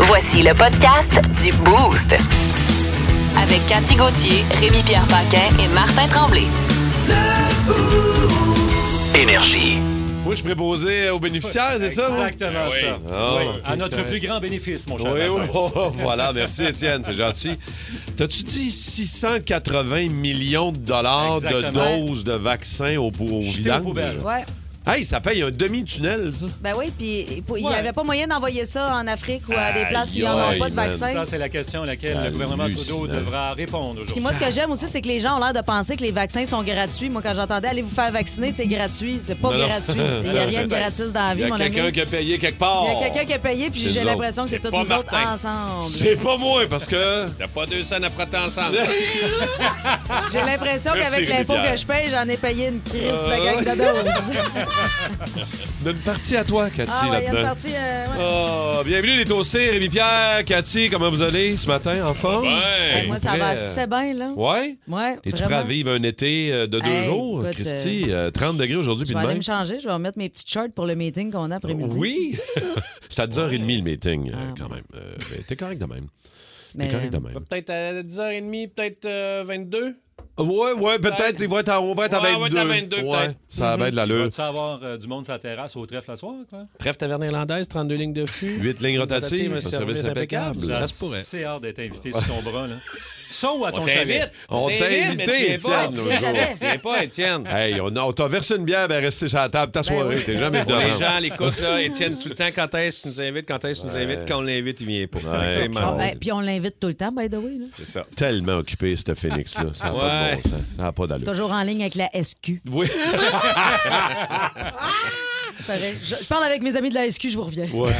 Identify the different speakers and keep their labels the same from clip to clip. Speaker 1: Voici le podcast du Boost. Avec Cathy Gauthier, Rémi-Pierre Paquin et Martin Tremblay.
Speaker 2: Énergie.
Speaker 3: Moi, je proposais aux bénéficiaires, c'est ça? vous?
Speaker 4: Exactement
Speaker 2: Ben oui.
Speaker 4: ça.
Speaker 3: Ah,
Speaker 4: Oui,
Speaker 3: ok,
Speaker 4: à
Speaker 3: c'est
Speaker 4: notre
Speaker 3: correct.
Speaker 4: plus grand bénéfice, mon cher.
Speaker 3: Oui,
Speaker 4: Martin.
Speaker 3: oui, oh, oh, voilà, merci Étienne, c'est gentil. T'as-tu dit 680 millions de dollars
Speaker 4: Exactement.
Speaker 3: de doses de vaccins au, au
Speaker 4: Jeter aux poubelles.
Speaker 5: Ouais.
Speaker 3: Hey, ça paye un demi-tunnel, ça.
Speaker 5: Ben oui, puis il n'y
Speaker 4: Ouais.
Speaker 5: avait pas moyen d'envoyer ça en Afrique ou à des places où il n'y en a
Speaker 3: aïe,
Speaker 5: pas de
Speaker 3: man.
Speaker 5: vaccin.
Speaker 4: Ça, c'est la question à laquelle
Speaker 3: C'est
Speaker 4: le gouvernement Trudeau
Speaker 2: hein.
Speaker 3: hallucinant.
Speaker 4: devra répondre aujourd'hui.
Speaker 5: Puis moi, ce que j'aime aussi, c'est que les gens ont l'air de penser que les vaccins sont gratuits. Moi, quand j'entendais allez vous faire vacciner, c'est gratuit. C'est pas
Speaker 3: Non, non.
Speaker 5: gratuit. Il n'y a rien de gratis dans la vie,
Speaker 3: Il y a
Speaker 5: mon ami.
Speaker 3: quelqu'un qui a payé quelque part.
Speaker 5: Il y a quelqu'un qui a payé, puis
Speaker 3: C'est
Speaker 5: j'ai
Speaker 3: nous
Speaker 5: l'impression que c'est tous
Speaker 2: C'est pas
Speaker 5: nous autres
Speaker 2: Martin.
Speaker 5: ensemble.
Speaker 3: C'est pas moi, parce que...
Speaker 2: T'as pas deux scènes à frotter ensemble.
Speaker 5: J'ai l'impression
Speaker 3: Merci, Euh,
Speaker 5: qu'avec l'impôt
Speaker 3: Rémi-Pierre.
Speaker 5: que je paye, j'en ai payé une crise de gang de doses.
Speaker 3: Il y a une partie à toi, Cathy,
Speaker 5: Ah, ouais, il y a une
Speaker 3: là-dedans.
Speaker 5: partie. euh, ouais.
Speaker 3: Ah, bienvenue les toastés, Rémi-Pierre, Cathy, comment vous allez ce matin, en forme?
Speaker 2: Ouais.
Speaker 5: Hey, moi,
Speaker 3: vous
Speaker 5: ça va
Speaker 3: prêt, euh,
Speaker 5: assez bien, là.
Speaker 3: Ouais?
Speaker 5: Ouais.
Speaker 3: Es-tu prêt
Speaker 5: vraiment.
Speaker 3: à vivre un été euh, de deux
Speaker 5: Hey,
Speaker 3: jours,
Speaker 5: écoute,
Speaker 3: Christy? Euh, 30 degrés aujourd'hui,
Speaker 5: Je
Speaker 3: puis
Speaker 5: vais aller
Speaker 3: demain?
Speaker 5: me changer. Je vais remettre mes petites shorts pour le meeting qu'on a après-midi.
Speaker 3: Oui! C'est à 10h30 le meeting, euh,
Speaker 5: Ah,
Speaker 3: quand même. Euh, mais T'es correct de même.
Speaker 5: Mais-
Speaker 3: T'es correct de même.
Speaker 2: Peut-être à 10h30, peut-être euh, 22.
Speaker 3: Ouais, ouais, peut-être. ils vont être à- On va être à
Speaker 2: Ouais,
Speaker 3: Mm-hmm.
Speaker 2: on va
Speaker 3: 22.
Speaker 2: être à 22, peut-être.
Speaker 3: Ça va être de l'allure.
Speaker 4: Vas-tu avoir euh, du monde sur la terrasse au trèfle la soir, quoi?
Speaker 2: Trèfle taverne irlandaise, 32 lignes de fût.
Speaker 3: 8 lignes rotatives, un
Speaker 2: Un
Speaker 3: service impeccable.
Speaker 4: J'ai
Speaker 3: Ça
Speaker 4: assez hâte d'être invité sur ton bras, là. Saut à
Speaker 2: On
Speaker 4: ton chalet.
Speaker 2: t'invite.
Speaker 3: On t'a
Speaker 2: t'invite, mais tu
Speaker 3: invité,
Speaker 2: viens pas.
Speaker 3: Étienne. Ah,
Speaker 5: Tu
Speaker 3: nos
Speaker 5: viens
Speaker 3: jours.
Speaker 5: jamais.
Speaker 2: Viens pas, Étienne.
Speaker 3: Hey, on, a- on t'a versé une bière, ben restez sur la table ta soirée.
Speaker 5: oui.
Speaker 3: T'es jamais
Speaker 2: Pour les
Speaker 3: venu
Speaker 2: gens, l'écoute, là, Étienne, tout le temps, quand est-ce que tu nous invites, quand est-ce que tu nous invites, quand on l'invite, il vient pas.
Speaker 3: Ouais.
Speaker 5: Ah,
Speaker 2: Effectivement.
Speaker 3: Ouais.
Speaker 5: ben, puis on l'invite tout le temps, by the way. là.
Speaker 2: C'est ça.
Speaker 3: Tellement occupé, ce Phoenix-là. Ça n'a pas de
Speaker 2: Ouais.
Speaker 3: bon sens. Ça n'a pas d'allure.
Speaker 5: Toujours en ligne avec la SQ.
Speaker 3: Oui.
Speaker 5: Pareil. Je, je parle avec mes amis de la SQ, je vous reviens.
Speaker 3: Ouais.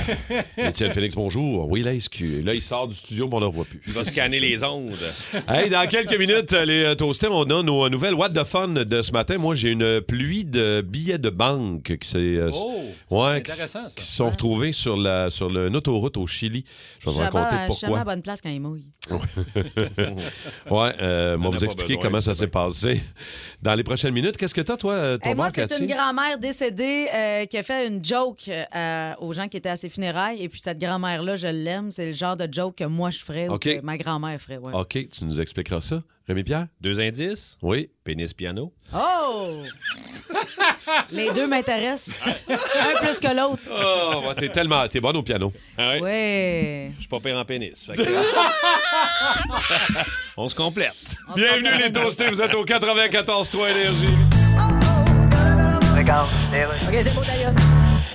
Speaker 3: Étienne Phoenix, bonjour. Oui, là, il, se- là, il sort du studio, mais on ne le revoit plus.
Speaker 2: Il va scanner les ondes.
Speaker 3: Hey, dans quelques minutes, les euh, toastés, on a nos euh, nouvelles What the Fun de ce matin. Moi, j'ai une pluie de billets de banque qui s'est. euh,
Speaker 4: Oh,
Speaker 3: ouais,
Speaker 4: c'est
Speaker 3: qui,
Speaker 4: intéressant, ça.
Speaker 3: qui se sont retrouvés sur, la, sur le- une autoroute au Chili. Je vais vous
Speaker 5: suis jamais-
Speaker 3: raconter
Speaker 5: je suis jamais à
Speaker 3: pourquoi.
Speaker 5: la bonne place quand il mouille.
Speaker 3: Ouais, euh, moi,
Speaker 2: as
Speaker 3: vous
Speaker 2: pas
Speaker 3: expliquer
Speaker 2: besoin,
Speaker 3: comment ça
Speaker 2: c'est
Speaker 3: s'est passé dans les prochaines minutes. Qu'est-ce que t'as, toi, euh, ton
Speaker 5: Eh, moi,
Speaker 3: banque,
Speaker 5: c'est
Speaker 3: Cathy?
Speaker 5: une grand-mère décédée euh, qui a fait une joke euh, à- aux gens qui étaient à ses funérailles. Et puis, cette grand-mère-là, je l'aime. C'est le genre de joke que moi, je ferais
Speaker 3: OK.
Speaker 5: ou que ma grand-mère ferait. ouais.
Speaker 3: OK, tu nous expliqueras ça. Rémi-Pierre?
Speaker 2: Deux indices.
Speaker 3: Oui.
Speaker 2: Pénis piano.
Speaker 5: Oh! Les deux m'intéressent. Un plus que l'autre.
Speaker 3: Oh, t'es tellement... T'es bonne au piano.
Speaker 2: Ah ouais.
Speaker 5: Ouais.
Speaker 2: Je suis pas pire en pénis. Fait que- on se complète.
Speaker 5: On se
Speaker 3: Bienvenue
Speaker 5: comprend
Speaker 3: les
Speaker 5: bien.
Speaker 3: toastés, vous êtes au 94-3 Énergie.
Speaker 6: Regarde,
Speaker 7: OK, c'est beau d'ailleurs.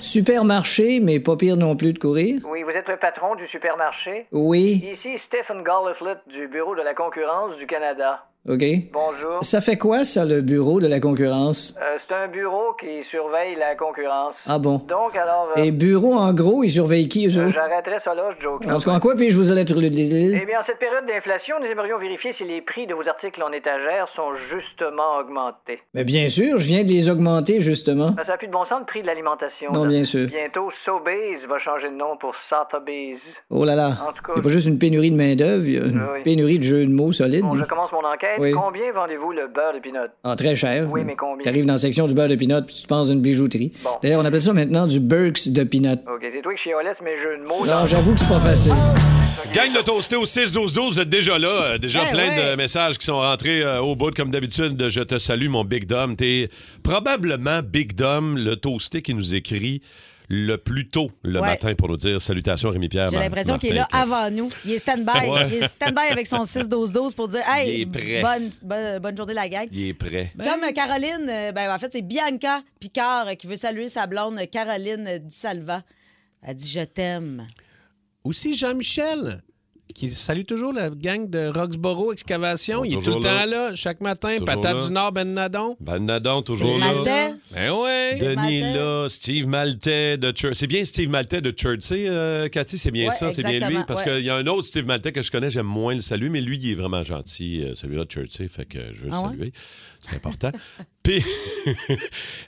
Speaker 8: Supermarché, mais pas pire non plus de courir.
Speaker 6: Oui, vous êtes le patron du supermarché.
Speaker 8: Oui,
Speaker 6: Ici Stephen Garliflet du Bureau de la concurrence du Canada.
Speaker 8: OK.
Speaker 6: Bonjour.
Speaker 8: Ça fait quoi, ça, le bureau de la concurrence?
Speaker 6: Euh, c'est un bureau qui surveille la concurrence.
Speaker 8: Ah bon.
Speaker 6: Donc, alors, euh,
Speaker 8: Et bureau, en gros, ils surveillent qui, eux
Speaker 6: euh,
Speaker 8: autres?
Speaker 6: j'arrêterai ça là, je joke.
Speaker 8: En tout cas, en quoi puis-je vous allez trouver des
Speaker 6: Eh
Speaker 8: îles?
Speaker 6: bien, en cette période d'inflation, nous aimerions vérifier si les prix de vos articles en étagère sont justement augmentés.
Speaker 8: Mais bien sûr, je viens de les augmenter, justement.
Speaker 6: Ben, Ça n'a plus de bon sens le prix de l'alimentation.
Speaker 8: Non,
Speaker 6: là.
Speaker 8: bien sûr.
Speaker 6: Bientôt, Sobeys va changer de nom pour Sotheby's.
Speaker 8: Oh là
Speaker 6: En
Speaker 8: là.
Speaker 6: tout
Speaker 8: Il
Speaker 6: cas,
Speaker 8: n'y a pas juste une pénurie de main-d'œuvre, il y a une
Speaker 6: Oui.
Speaker 8: pénurie de jeux de mots solides.
Speaker 6: Bon, je commence mon enquête.
Speaker 8: Oui.
Speaker 6: Combien vendez-vous le beurre de pinot?
Speaker 8: Ah, très cher.
Speaker 6: Oui, mais combien?
Speaker 8: T'arrives dans la section du beurre de pinot, puis tu te penses d'une bijouterie.
Speaker 6: Bon.
Speaker 8: D'ailleurs, on appelle ça maintenant du Burks de pinot.
Speaker 6: Ok, c'est toi qui chiolais mes jeux de mots.
Speaker 8: Non, j'avoue que c'est pas facile.
Speaker 3: Gagne le toasté au 6-12-12, vous êtes déjà là. euh, Déjà
Speaker 5: Eh
Speaker 3: plein
Speaker 5: ouais.
Speaker 3: de messages qui sont rentrés euh, au bout, comme d'habitude. de Je te salue, mon Big Dom. T'es probablement Big Dom, le toasté qui nous écrit le plus tôt le
Speaker 5: Ouais.
Speaker 3: matin pour nous dire salutations, Rémi-Pierre.
Speaker 5: J'ai
Speaker 3: Mar-
Speaker 5: l'impression qu'il est là
Speaker 3: Martin, Cathy.
Speaker 5: avant nous. Il est stand-by. Il est stand-by avec son 6-12-12 pour dire Hey,
Speaker 3: Il est prêt.
Speaker 5: bonne, bonne, bonne journée, la gang.
Speaker 3: Il est prêt.
Speaker 5: Comme euh, Caroline, euh, ben, en fait, c'est Bianca Picard euh, qui veut saluer sa blonde euh, Caroline euh, Di Salva. Elle dit Je t'aime.
Speaker 2: Aussi Jean-Michel, qui salue toujours la gang de Roxborough Excavation.
Speaker 3: Bon,
Speaker 2: il est tout
Speaker 3: toujours
Speaker 2: le
Speaker 3: là.
Speaker 2: temps là, chaque matin.
Speaker 3: Toujours
Speaker 2: Patate
Speaker 3: là.
Speaker 2: du Nord, Ben Nadon.
Speaker 3: Van Nadon, toujours là.
Speaker 5: Maltais.
Speaker 2: Ben ouais.
Speaker 3: Denis
Speaker 5: Maltais.
Speaker 3: là, Steve Maltais de Church. C'est bien Steve Maltais de Church. C'est euh, Cathy, c'est bien
Speaker 5: Ouais,
Speaker 3: ça, c'est bien lui.
Speaker 5: exactement,
Speaker 3: Parce
Speaker 5: ouais.
Speaker 3: qu'il y a un autre Steve Maltais que je connais, j'aime moins le saluer, mais lui, il est vraiment gentil, euh, celui-là de Church. Fait que je veux le
Speaker 5: Ah ouais?
Speaker 3: saluer. C'est important. Puis-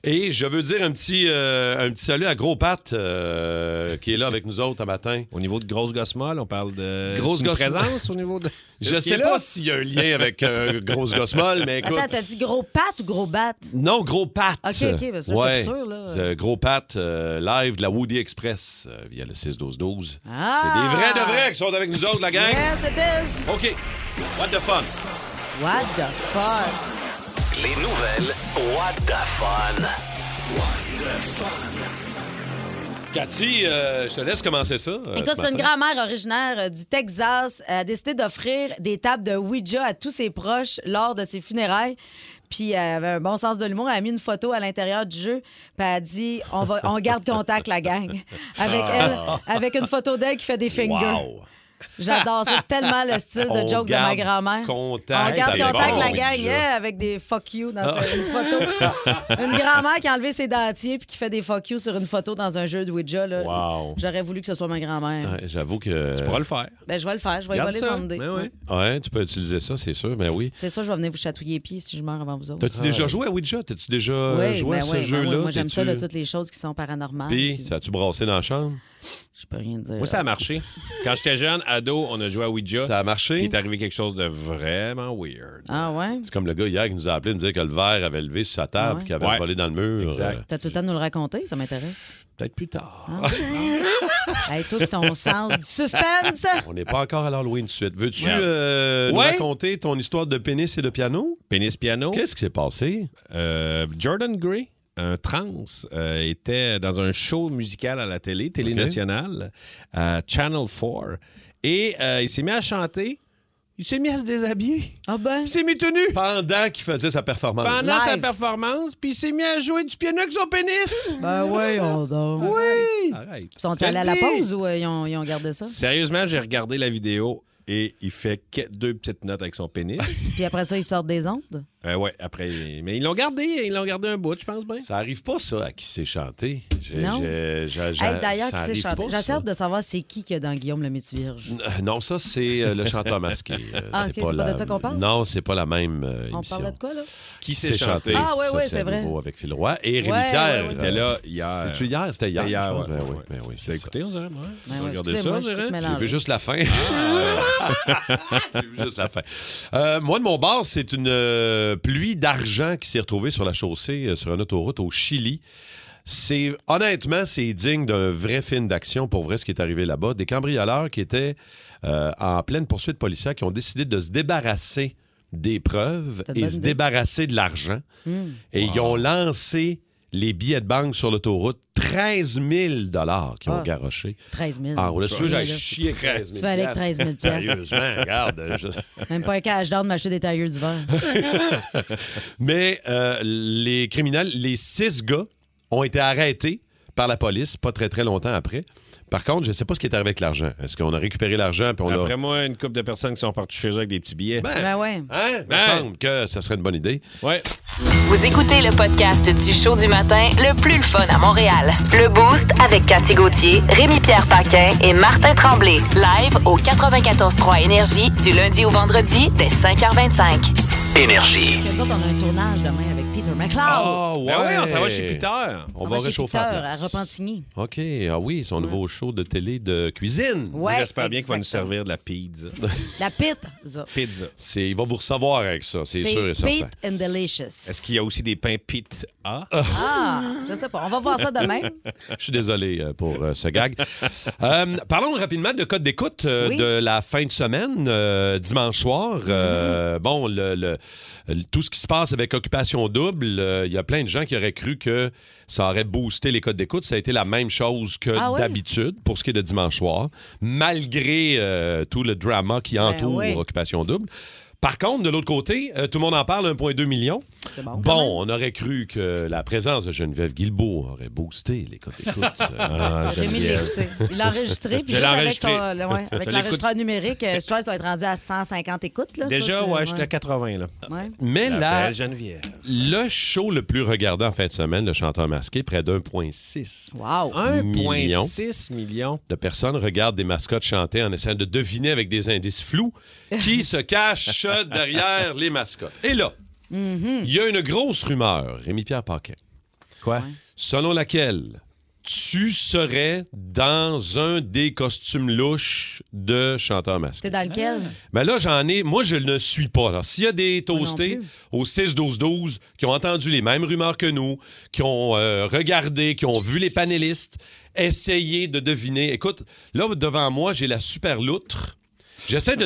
Speaker 3: Et je veux dire un petit, euh, un petit salut à Gros Pat euh, qui est là avec nous autres un matin.
Speaker 2: Au niveau de Grosse Gosmol, on parle de
Speaker 3: Grosse
Speaker 2: c'est une
Speaker 3: Gosmol.
Speaker 2: présence au niveau de.
Speaker 3: Je
Speaker 2: Est-ce qu'il
Speaker 3: sais
Speaker 2: est là?
Speaker 3: pas s'il y a un lien avec euh, Grosse Gosse Molle, mais écoute.
Speaker 5: Attends, t'as dit gros patte ou gros batte?
Speaker 3: Non, Gros Pat.
Speaker 5: OK, checker, parce que là, je suis pas sûre, là.
Speaker 3: C'est Gros Pat, euh, live de la Woody Express euh, via le 6-12-12.
Speaker 5: Ah!
Speaker 3: C'est des vrais de vrais qui sont avec nous autres, la gang.
Speaker 5: Yes, it is.
Speaker 3: OK. What the fun?
Speaker 5: What the fuck?
Speaker 7: Les nouvelles, what the fun.
Speaker 3: Cathy, euh, je te laisse commencer ça. euh,
Speaker 5: Écoute,
Speaker 3: ce
Speaker 5: c'est une
Speaker 3: matin.
Speaker 5: grand-mère originaire euh, du Texas. Elle a décidé d'offrir des tables de Ouija à tous ses proches lors de ses funérailles. Puis euh, elle avait un bon sens de l'humour. Elle a mis une photo à l'intérieur du jeu. Puis elle a dit on, va, on garde contact, la gang. Avec, elle, avec une photo d'elle qui fait des fingers.
Speaker 3: Ah. Wow.
Speaker 5: J'adore ça. C'est tellement le style
Speaker 3: On
Speaker 5: de joke de ma
Speaker 3: garde
Speaker 5: grand-mère.
Speaker 3: contact.
Speaker 5: On garde
Speaker 3: C'est
Speaker 5: contact,
Speaker 3: bon,
Speaker 5: la gang,
Speaker 3: Ouija.
Speaker 5: yeah, avec des fuck you dans
Speaker 3: Ah.
Speaker 5: sa- une photo. une grand-mère qui a enlevé ses dentiers puis qui fait des fuck you sur une photo dans un jeu de Ouija. là.
Speaker 3: Wow.
Speaker 5: J'aurais voulu que ce soit ma grand-mère.
Speaker 3: Ouais, J'avoue que.
Speaker 2: Tu pourras le faire.
Speaker 5: Ben, je vais le faire. Je vais y
Speaker 2: Regarde
Speaker 5: voler
Speaker 2: ça.
Speaker 5: son dé.
Speaker 2: Ben ouais.
Speaker 3: Ouais, tu peux utiliser ça, c'est sûr, mais oui.
Speaker 5: C'est ça, je vais venir vous chatouiller les pieds si je meurs avant vous autres.
Speaker 3: T'as-tu déjà joué à Ouija? T'as-tu déjà euh,
Speaker 5: Oui,
Speaker 3: joué à
Speaker 5: ben
Speaker 3: ce
Speaker 5: oui, ben
Speaker 3: jeu-là?
Speaker 5: oui. Moi, j'aime ça, là,
Speaker 3: T'es-tu-
Speaker 5: toutes les choses qui sont paranormales.
Speaker 3: Puis, ça a-tu brassé dans la chambre?
Speaker 5: Je peux rien dire.
Speaker 2: Moi, ça a marché. Quand j'étais jeune, ado, on a joué à Ouija.
Speaker 3: Ça a
Speaker 2: Puis
Speaker 3: marché?
Speaker 2: il est arrivé quelque chose de vraiment weird.
Speaker 5: Ah ouais?
Speaker 3: C'est comme le gars hier qui nous a appelé nous dire que le verre avait levé sur sa table,
Speaker 5: Ah ouais?
Speaker 3: qu'il avait
Speaker 2: Ouais.
Speaker 3: volé dans le mur. Euh,
Speaker 2: Exact.
Speaker 5: T'as-tu le temps de nous le raconter? Ça m'intéresse.
Speaker 2: Peut-être plus tard.
Speaker 5: hey, tout ton sens du suspense!
Speaker 3: On n'est pas encore à l'Halloween de suite. Veux-tu
Speaker 2: Yeah.
Speaker 3: euh, nous
Speaker 2: Ouais. Oh.
Speaker 3: raconter ton histoire de pénis et de piano?
Speaker 2: Pénis piano.
Speaker 3: Qu'est-ce qui s'est passé?
Speaker 2: Euh, Jordan Gray, un trans, euh, était dans un show musical à la télé, télé
Speaker 3: Ok.
Speaker 2: nationale, à Channel 4. Et euh, il s'est mis à chanter. Il s'est mis à se déshabiller.
Speaker 5: Ah ben,
Speaker 2: Il s'est mis tout nu
Speaker 3: Pendant qu'il faisait sa performance.
Speaker 2: pendant sa
Speaker 5: Live.
Speaker 2: performance, puis il s'est mis à jouer du piano avec son pénis.
Speaker 5: ben oui, on dort.
Speaker 2: Oui!
Speaker 3: Arrête.
Speaker 5: Sont
Speaker 2: Je te
Speaker 5: allés à la
Speaker 2: dis.
Speaker 5: pause ou euh, ils, ont, ils ont gardé ça?
Speaker 2: Sérieusement, j'ai regardé la vidéo et il fait que- deux petites notes avec son pénis.
Speaker 5: Puis après ça, ils sortent des ondes?
Speaker 2: Euh, ouais, après. Mais ils l'ont gardé, ils l'ont gardé un bout, je pense bien.
Speaker 3: Ça arrive pas, ça, à qui s'est chanté. J'ai-
Speaker 5: Non.
Speaker 3: j'ai- j'ai- j'ai-
Speaker 5: Hey, D'ailleurs,
Speaker 3: ça
Speaker 5: qui s'est
Speaker 3: arrive
Speaker 5: chanté?
Speaker 3: pas,
Speaker 5: J'ai
Speaker 3: ça.
Speaker 5: hâte de savoir c'est qui qui est dans Guillaume le métier vierge.
Speaker 3: Euh, Non, ça, c'est euh, le chanteur masqué. Euh,
Speaker 5: Ah, ok, c'est pas
Speaker 3: la-
Speaker 5: de ça qu'on parle?
Speaker 3: Non, c'est pas la même euh,
Speaker 5: On
Speaker 3: émission.
Speaker 5: parlait de quoi, là?
Speaker 3: Qui
Speaker 2: s'est chanté?
Speaker 5: Ah, ouais,
Speaker 3: Ça,
Speaker 5: ouais, c'est
Speaker 3: à
Speaker 5: vrai.
Speaker 3: nouveau avec Phil Roy. Et Rémi
Speaker 5: Ouais,
Speaker 3: Pierre. euh,
Speaker 5: ouais, ouais.
Speaker 2: était là hier.
Speaker 3: C'est-tu hier? C'était hier.
Speaker 2: C'était
Speaker 3: je
Speaker 2: hier,
Speaker 3: pense.
Speaker 2: ouais.
Speaker 3: Ben oui,
Speaker 2: Ouais.
Speaker 3: ben oui,
Speaker 2: Tu l'as
Speaker 3: c'est ça.
Speaker 2: écouté, on dirait? Ouais.
Speaker 5: Ben
Speaker 2: Tu
Speaker 5: ouais,
Speaker 2: as regardé ça,
Speaker 5: excusez-moi,
Speaker 2: on
Speaker 5: je suis
Speaker 2: dirait?
Speaker 5: toute
Speaker 3: J'ai vu
Speaker 5: mélangée.
Speaker 3: juste la fin. J'ai vu juste la fin. Euh, moi, de mon bord, c'est une euh, pluie d'argent qui s'est retrouvée sur la chaussée, euh, sur une autoroute au Chili. C'est honnêtement, c'est digne d'un vrai film d'action pour vrai ce qui est arrivé là-bas. Des cambrioleurs qui étaient euh, en pleine poursuite policière qui ont décidé de se débarrasser des preuves
Speaker 5: C'est une
Speaker 3: et
Speaker 5: bonne
Speaker 3: se
Speaker 5: idée.
Speaker 3: débarrasser de l'argent. Et ils ont lancé les billets de banque sur l'autoroute, 13 000 dollars qui ont
Speaker 5: Ah.
Speaker 3: garoché.
Speaker 5: 13 000.
Speaker 3: Ah, on laisse
Speaker 5: Tu
Speaker 3: ça,
Speaker 5: vas-
Speaker 3: j'ai chié avec 13 000
Speaker 5: Tu vas aller avec 13 000
Speaker 3: Sérieusement, regarde. euh, je-
Speaker 5: Même pas un cash d'or de m'acheter des tailleurs d'hiver.
Speaker 3: Mais euh, les criminels, les six gars ont été arrêtés par la police pas très, très longtemps après. Par contre, je ne sais pas ce qui est arrivé avec l'argent. Est-ce qu'on a récupéré l'argent puis on l'a...
Speaker 2: Après moi, une couple de personnes qui sont parties chez eux avec des petits billets.
Speaker 5: Ben ouais.
Speaker 3: Hein? Il me
Speaker 2: Ben.
Speaker 3: semble que ça serait une bonne idée.
Speaker 2: ouais.
Speaker 1: Vous écoutez le podcast du show du matin le plus le fun à Montréal. Le Boost avec Cathy Gauthier, Rémi-Pierre Paquin et Martin Tremblay. Live au 94.3 Énergie du lundi au vendredi dès 5h25.
Speaker 7: Énergie.
Speaker 5: Nous autres, on a un tournage demain avec Peter McLeod.
Speaker 3: Ah, ouais.
Speaker 2: Ben ouais, on s'en va chez Peter.
Speaker 3: On
Speaker 5: Ça
Speaker 3: va
Speaker 5: chez
Speaker 3: réchauffer la
Speaker 5: Peter,
Speaker 3: place.
Speaker 5: à Repentigny.
Speaker 3: OK. Ah oui, son nouveau show de télé de cuisine.
Speaker 5: Ouais,
Speaker 2: J'espère bien qu'il va nous
Speaker 5: exactement.
Speaker 2: servir de la pizza.
Speaker 5: La pite, ça.
Speaker 2: pizza.
Speaker 3: C'est, il va vous recevoir avec ça, c'est, sûr et certain.
Speaker 5: Pete and Delicious.
Speaker 2: Est-ce qu'il y a aussi des pains pizza?
Speaker 5: Ah, je sais pas. On va voir ça demain.
Speaker 3: Je suis désolé euh, pour euh, ce gag. Euh, parlons rapidement de code d'écoute euh,
Speaker 5: Oui.
Speaker 3: de la fin de semaine, euh, dimanche soir.
Speaker 5: Mm-hmm.
Speaker 3: Euh, Bon, le- le- le- tout ce qui se passe avec Occupation Double, euh, il y a plein de gens qui auraient cru que ça aurait boosté les codes d'écoute. Ça a été la même chose que
Speaker 5: Ah ouais?
Speaker 3: d'habitude pour ce qui est de dimanche soir, malgré euh, tout le drama qui
Speaker 5: Ben
Speaker 3: entoure
Speaker 5: oui.
Speaker 3: Occupation Double. Par contre, de l'autre côté, euh, tout le monde en parle, 1,2 million.
Speaker 5: C'est bon.
Speaker 3: Bon, on aurait cru que la présence de Geneviève Guilbeault aurait boosté les codes d'écoute. Ah,
Speaker 5: J'ai mis
Speaker 3: Geneviève.
Speaker 5: l'écouter. Il l'a enregistré. Puis
Speaker 2: Je
Speaker 5: juste
Speaker 2: l'ai
Speaker 5: avec, son,
Speaker 2: enregistré.
Speaker 5: le- ouais, avec
Speaker 2: l'écoute.
Speaker 5: l'enregistreur numérique, euh, Strauss doit être rendu à 150 écoutes. Là,
Speaker 2: Déjà,
Speaker 5: Toi, tu-
Speaker 2: ouais, j'étais à 80, là.
Speaker 5: ouais.
Speaker 3: Mais
Speaker 2: La
Speaker 3: là,
Speaker 2: belle Geneviève.
Speaker 3: le show le plus regardé en fin de semaine, le chanteur masqué, près d'1,6
Speaker 5: Wow.
Speaker 2: 1,6 million.
Speaker 3: de personnes regardent des mascottes chanter en essayant de deviner avec des indices flous qui se cachent derrière les mascottes. Et là,
Speaker 5: Mhm.
Speaker 3: il y a une grosse rumeur, Rémi-Pierre Paquin,
Speaker 2: Quoi?
Speaker 3: selon laquelle tu serais dans un des costumes louches de chanteur masque.
Speaker 5: T'es dans lequel?
Speaker 2: Ah.
Speaker 3: Mais Ben là, j'en ai. Moi, je ne suis pas. Alors, s'il y a des toastés au 6-12-12 qui ont entendu les mêmes rumeurs que nous, qui ont euh, regardé, qui ont vu les panélistes, essayer de deviner. Écoute, là, devant moi, j'ai la super loutre. J'essaie de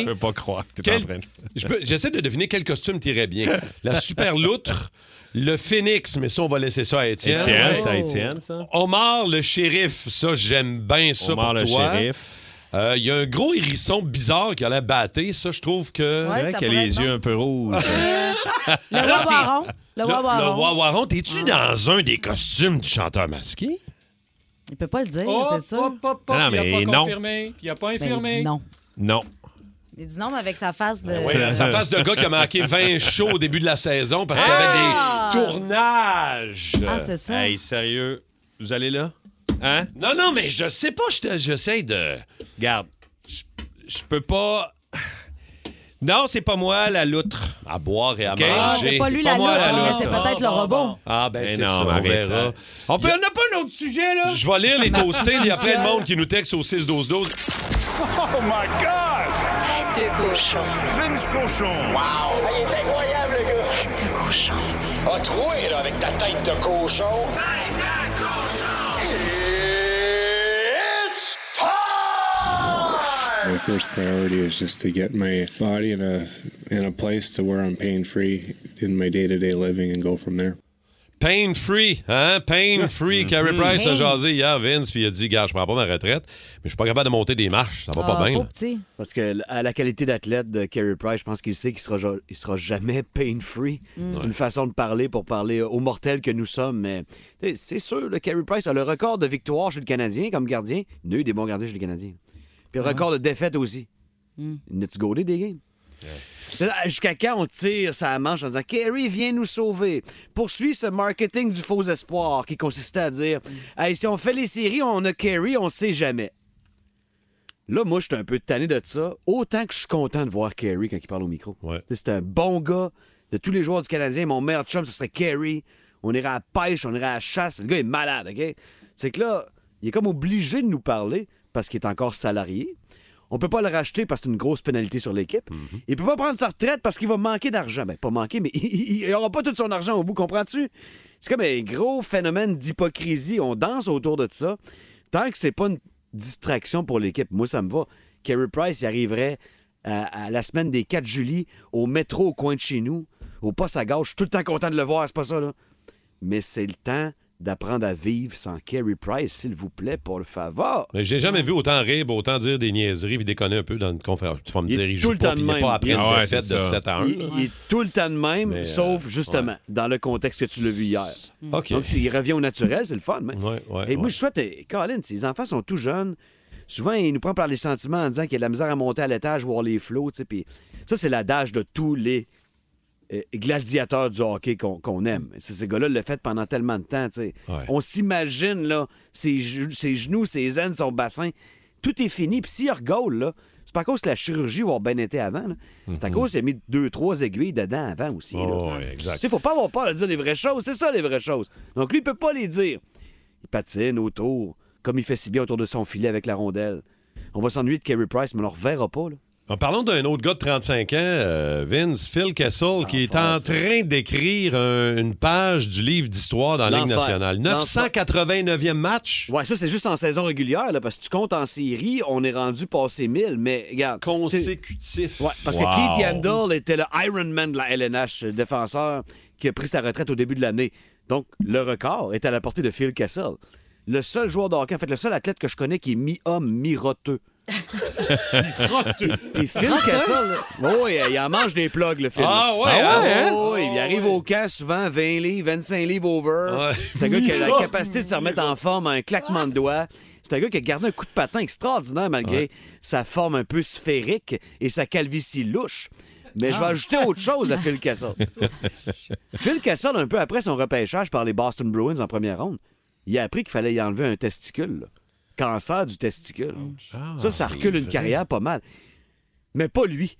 Speaker 2: Je peux pas croire que t'es
Speaker 3: Quel-
Speaker 2: en train de...
Speaker 3: Je peux- J'essaie de deviner quel costume t'irait bien. La super loutre, le phénix, mais ça, on va laisser ça à Étienne.
Speaker 2: Étienne,
Speaker 5: ouais.
Speaker 2: c'est à Étienne, ça?
Speaker 3: Omar le shérif, ça, j'aime bien ça
Speaker 2: Omar
Speaker 3: pour
Speaker 2: le
Speaker 3: toi.
Speaker 2: shérif.
Speaker 3: Euh, Il y a un gros hérisson bizarre qui a l'air batté. Ça, je trouve que.
Speaker 5: Ouais,
Speaker 2: C'est vrai
Speaker 5: ça
Speaker 2: qu'il a
Speaker 5: pourrait
Speaker 2: les
Speaker 5: être
Speaker 2: yeux un peu rouges.
Speaker 5: Le
Speaker 2: Ah.
Speaker 5: Wawaron. Le
Speaker 3: Le, le
Speaker 5: Wawaron.
Speaker 3: Wawaron, t'es-tu
Speaker 5: Mm.
Speaker 3: dans un des costumes du chanteur masqué?
Speaker 5: Il peut pas le dire,
Speaker 2: Oh,
Speaker 4: Hop,
Speaker 5: c'est sûr.
Speaker 4: hop, hop, hop,
Speaker 2: Non,
Speaker 4: il a
Speaker 2: mais
Speaker 4: pas
Speaker 2: non.
Speaker 4: confirmé, puis il a pas
Speaker 5: Ben, il
Speaker 4: infirmé.
Speaker 5: dit non.
Speaker 2: non.
Speaker 5: Il dit non, mais avec sa face
Speaker 2: Ben
Speaker 5: de.
Speaker 3: Euh, Sa face de gars qui a manqué 20 shows au début de la saison parce qu'il y
Speaker 5: Ah!
Speaker 3: avait des tournages.
Speaker 5: Ah, c'est ça.
Speaker 2: Hey, sérieux, vous allez là? Hein?
Speaker 3: Non, non, mais je sais pas, je te- j'essaie de.
Speaker 2: Garde, je je peux pas... Non, c'est pas moi, la loutre.
Speaker 3: À boire et à
Speaker 2: Ok.
Speaker 5: Ah,
Speaker 3: manger.
Speaker 5: c'est pas lui
Speaker 2: Pas
Speaker 5: la
Speaker 2: moi, la
Speaker 5: loutre, mais
Speaker 2: loutre.
Speaker 5: c'est peut-être le robot.
Speaker 3: Ah, ben
Speaker 2: Mais
Speaker 3: c'est
Speaker 2: non,
Speaker 3: ça,
Speaker 2: mais
Speaker 3: on
Speaker 2: arrête,
Speaker 3: verra.
Speaker 2: hein. On peut... On n'a pas un autre sujet, là?
Speaker 3: Je vais lire les toastés. Il y a plein de monde qui nous texte au 6-12-12.
Speaker 1: Tête de cochon.
Speaker 9: Vince Cochon.
Speaker 7: Ah, il est incroyable, le gars!
Speaker 1: Tête de cochon.
Speaker 9: A troué, Ah, là, avec ta tête de cochon. It's time!
Speaker 10: My first priority is just to get my body in a in a place to where I'm pain free in my day to day living and go from there.
Speaker 3: Pain free, hein? Pain free. Carey Price a
Speaker 5: Mm. Pain.
Speaker 3: jasé hier, Vince, puis il a dit Gars, je prends pas ma retraite, mais je suis pas capable de monter des marches. Ça va pas
Speaker 5: Ah,
Speaker 3: bien.
Speaker 5: pauvre
Speaker 3: là.
Speaker 5: petit.
Speaker 11: Parce que l- à la qualité d'athlète de Carey Price, je pense qu'il sait qu'il sera, ja- il sera jamais pain-free.
Speaker 12: Mm.
Speaker 11: C'est une façon de parler pour parler aux mortels que nous sommes. Mais tu sais, c'est sûr, le Carey Price a le record de victoires chez le Canadien comme gardien. Il y en a eu des bons gardiens chez le Canadien. Puis le record de défaites aussi. Il n'a-tu gaudé des games? C'est là, Jusqu'à quand on tire sa manche en disant Kerry, viens nous sauver. Poursuit ce marketing du faux espoir qui consistait à dire Hey, si on fait les séries, on a Kerry, on sait jamais. Là, moi, je suis un peu tanné de ça, autant que je suis content de voir Kerry quand il parle au micro.
Speaker 3: Ouais.
Speaker 11: Tu sais, C'est un bon gars. De tous les joueurs du Canadien, mon meilleur chum, ce serait Kerry. On irait à la pêche, on irait à la chasse. Le gars est malade, OK? C'est que là, il est comme obligé de nous parler parce qu'il est encore salarié. On peut pas le racheter parce que c'est une grosse pénalité sur l'équipe. Il peut pas prendre sa retraite parce qu'il va manquer d'argent. Ben, pas manquer, mais il n'aura pas tout son argent au bout, comprends-tu? C'est comme un gros phénomène d'hypocrisie. On danse autour de ça. Tant que c'est pas une distraction pour l'équipe, moi, ça me va. Carey Price, il arriverait à, à la semaine des 4 juillet au métro au coin de chez nous, au poste à gauche. Je suis tout le temps content de le voir, c'est pas ça, là. Mais c'est le temps d'apprendre à vivre sans Carey Price, s'il vous plaît, pour le favor.
Speaker 3: Mais Ben, j'ai jamais vu autant rire, ben, autant dire des niaiseries, puis déconner un peu dans une conférence. Tu vas me
Speaker 11: Il
Speaker 3: dire,
Speaker 11: est
Speaker 3: il
Speaker 11: tout
Speaker 3: joue
Speaker 11: le
Speaker 3: pas,
Speaker 11: temps de
Speaker 3: puis il n'est
Speaker 11: même.
Speaker 3: pas après
Speaker 2: Ah ouais,
Speaker 3: une défaite
Speaker 2: c'est
Speaker 3: de
Speaker 2: ça.
Speaker 3: 7 à 1.
Speaker 11: Il,
Speaker 3: là.
Speaker 11: il est tout le temps de même,
Speaker 3: Mais, euh,
Speaker 11: sauf justement dans le contexte que tu l'as vu hier.
Speaker 3: OK.
Speaker 11: Donc, il revient au naturel, c'est le fun. mais-
Speaker 3: Ouais, ouais,
Speaker 11: Et moi,
Speaker 3: ouais.
Speaker 11: je souhaite, eh, Colin, ces enfants sont tout jeunes. Souvent, ils nous prennent par les sentiments en disant qu'il y a de la misère à monter à l'étage, voir les flots. tu sais, Puis ça, c'est l'adage de tous les euh, gladiateurs du hockey qu'on qu'on aime. C'est- Ces gars-là l'ont fait pendant tellement de temps. tu sais.
Speaker 3: Ouais.
Speaker 11: On s'imagine, là, ses, ge- ses genoux, ses aines, son bassin. Tout est fini. Puis s'il regole, là, c'est pas à cause que la chirurgie va avoir bien été avant. là. C'est à
Speaker 3: Mm-hmm.
Speaker 11: cause qu'il a mis deux, trois aiguilles dedans avant aussi. là.
Speaker 3: Oh, ouais, exact.
Speaker 11: Il faut pas avoir peur de dire les vraies choses. C'est ça, les vraies choses. Donc, lui, il peut pas les dire. Il patine autour, comme il fait si bien autour de son filet avec la rondelle. On va s'ennuyer de Carey Price, mais on ne le reverra pas. là.
Speaker 3: En parlant d'un autre gars de 35 ans, euh, Vince, Phil Kessel, qui est en train d'écrire un- une page du livre d'histoire dans la Ligue
Speaker 11: L'enfer.
Speaker 3: nationale.
Speaker 11: L'enfer.
Speaker 3: 989e match.
Speaker 11: Ouais, ça, c'est juste en saison régulière, là, parce que tu comptes en série, on est rendu passé 1000, mais regarde. c'est-
Speaker 3: Consécutif.
Speaker 11: Ouais, parce
Speaker 3: Wow.
Speaker 11: que Keith Yandel était le Iron Man de la LNH, euh, défenseur qui a pris sa retraite au début de l'année. Donc, le record est à la portée de Phil Kessel. Le seul joueur de hockey, en fait, le seul athlète que je connais qui est mi-homme, mi-roteux. Et Phil Kessel, là, oh, il, il en mange des plugs, le Phil.
Speaker 3: Ah ouais, Ah ouais, hein?
Speaker 11: Oh, oui, il arrive au camp souvent 20 livres, 25 livres over.
Speaker 3: Ouais. Oh,
Speaker 11: C'est un gars qui a la capacité de se remettre en forme en un claquement de doigts. C'est un gars qui a gardé un coup de patin extraordinaire malgré sa forme un peu sphérique et sa calvitie louche. Mais je vais ajouter autre chose à Phil Kessel. Phil Kessel, un peu après son repêchage par les Boston Bruins en première ronde, il a appris qu'il fallait y enlever un testicule.
Speaker 12: Mm.
Speaker 11: là.
Speaker 3: Ah,
Speaker 11: Cancer du testicule. ça, ça recule une carrière pas mal. Mais pas lui.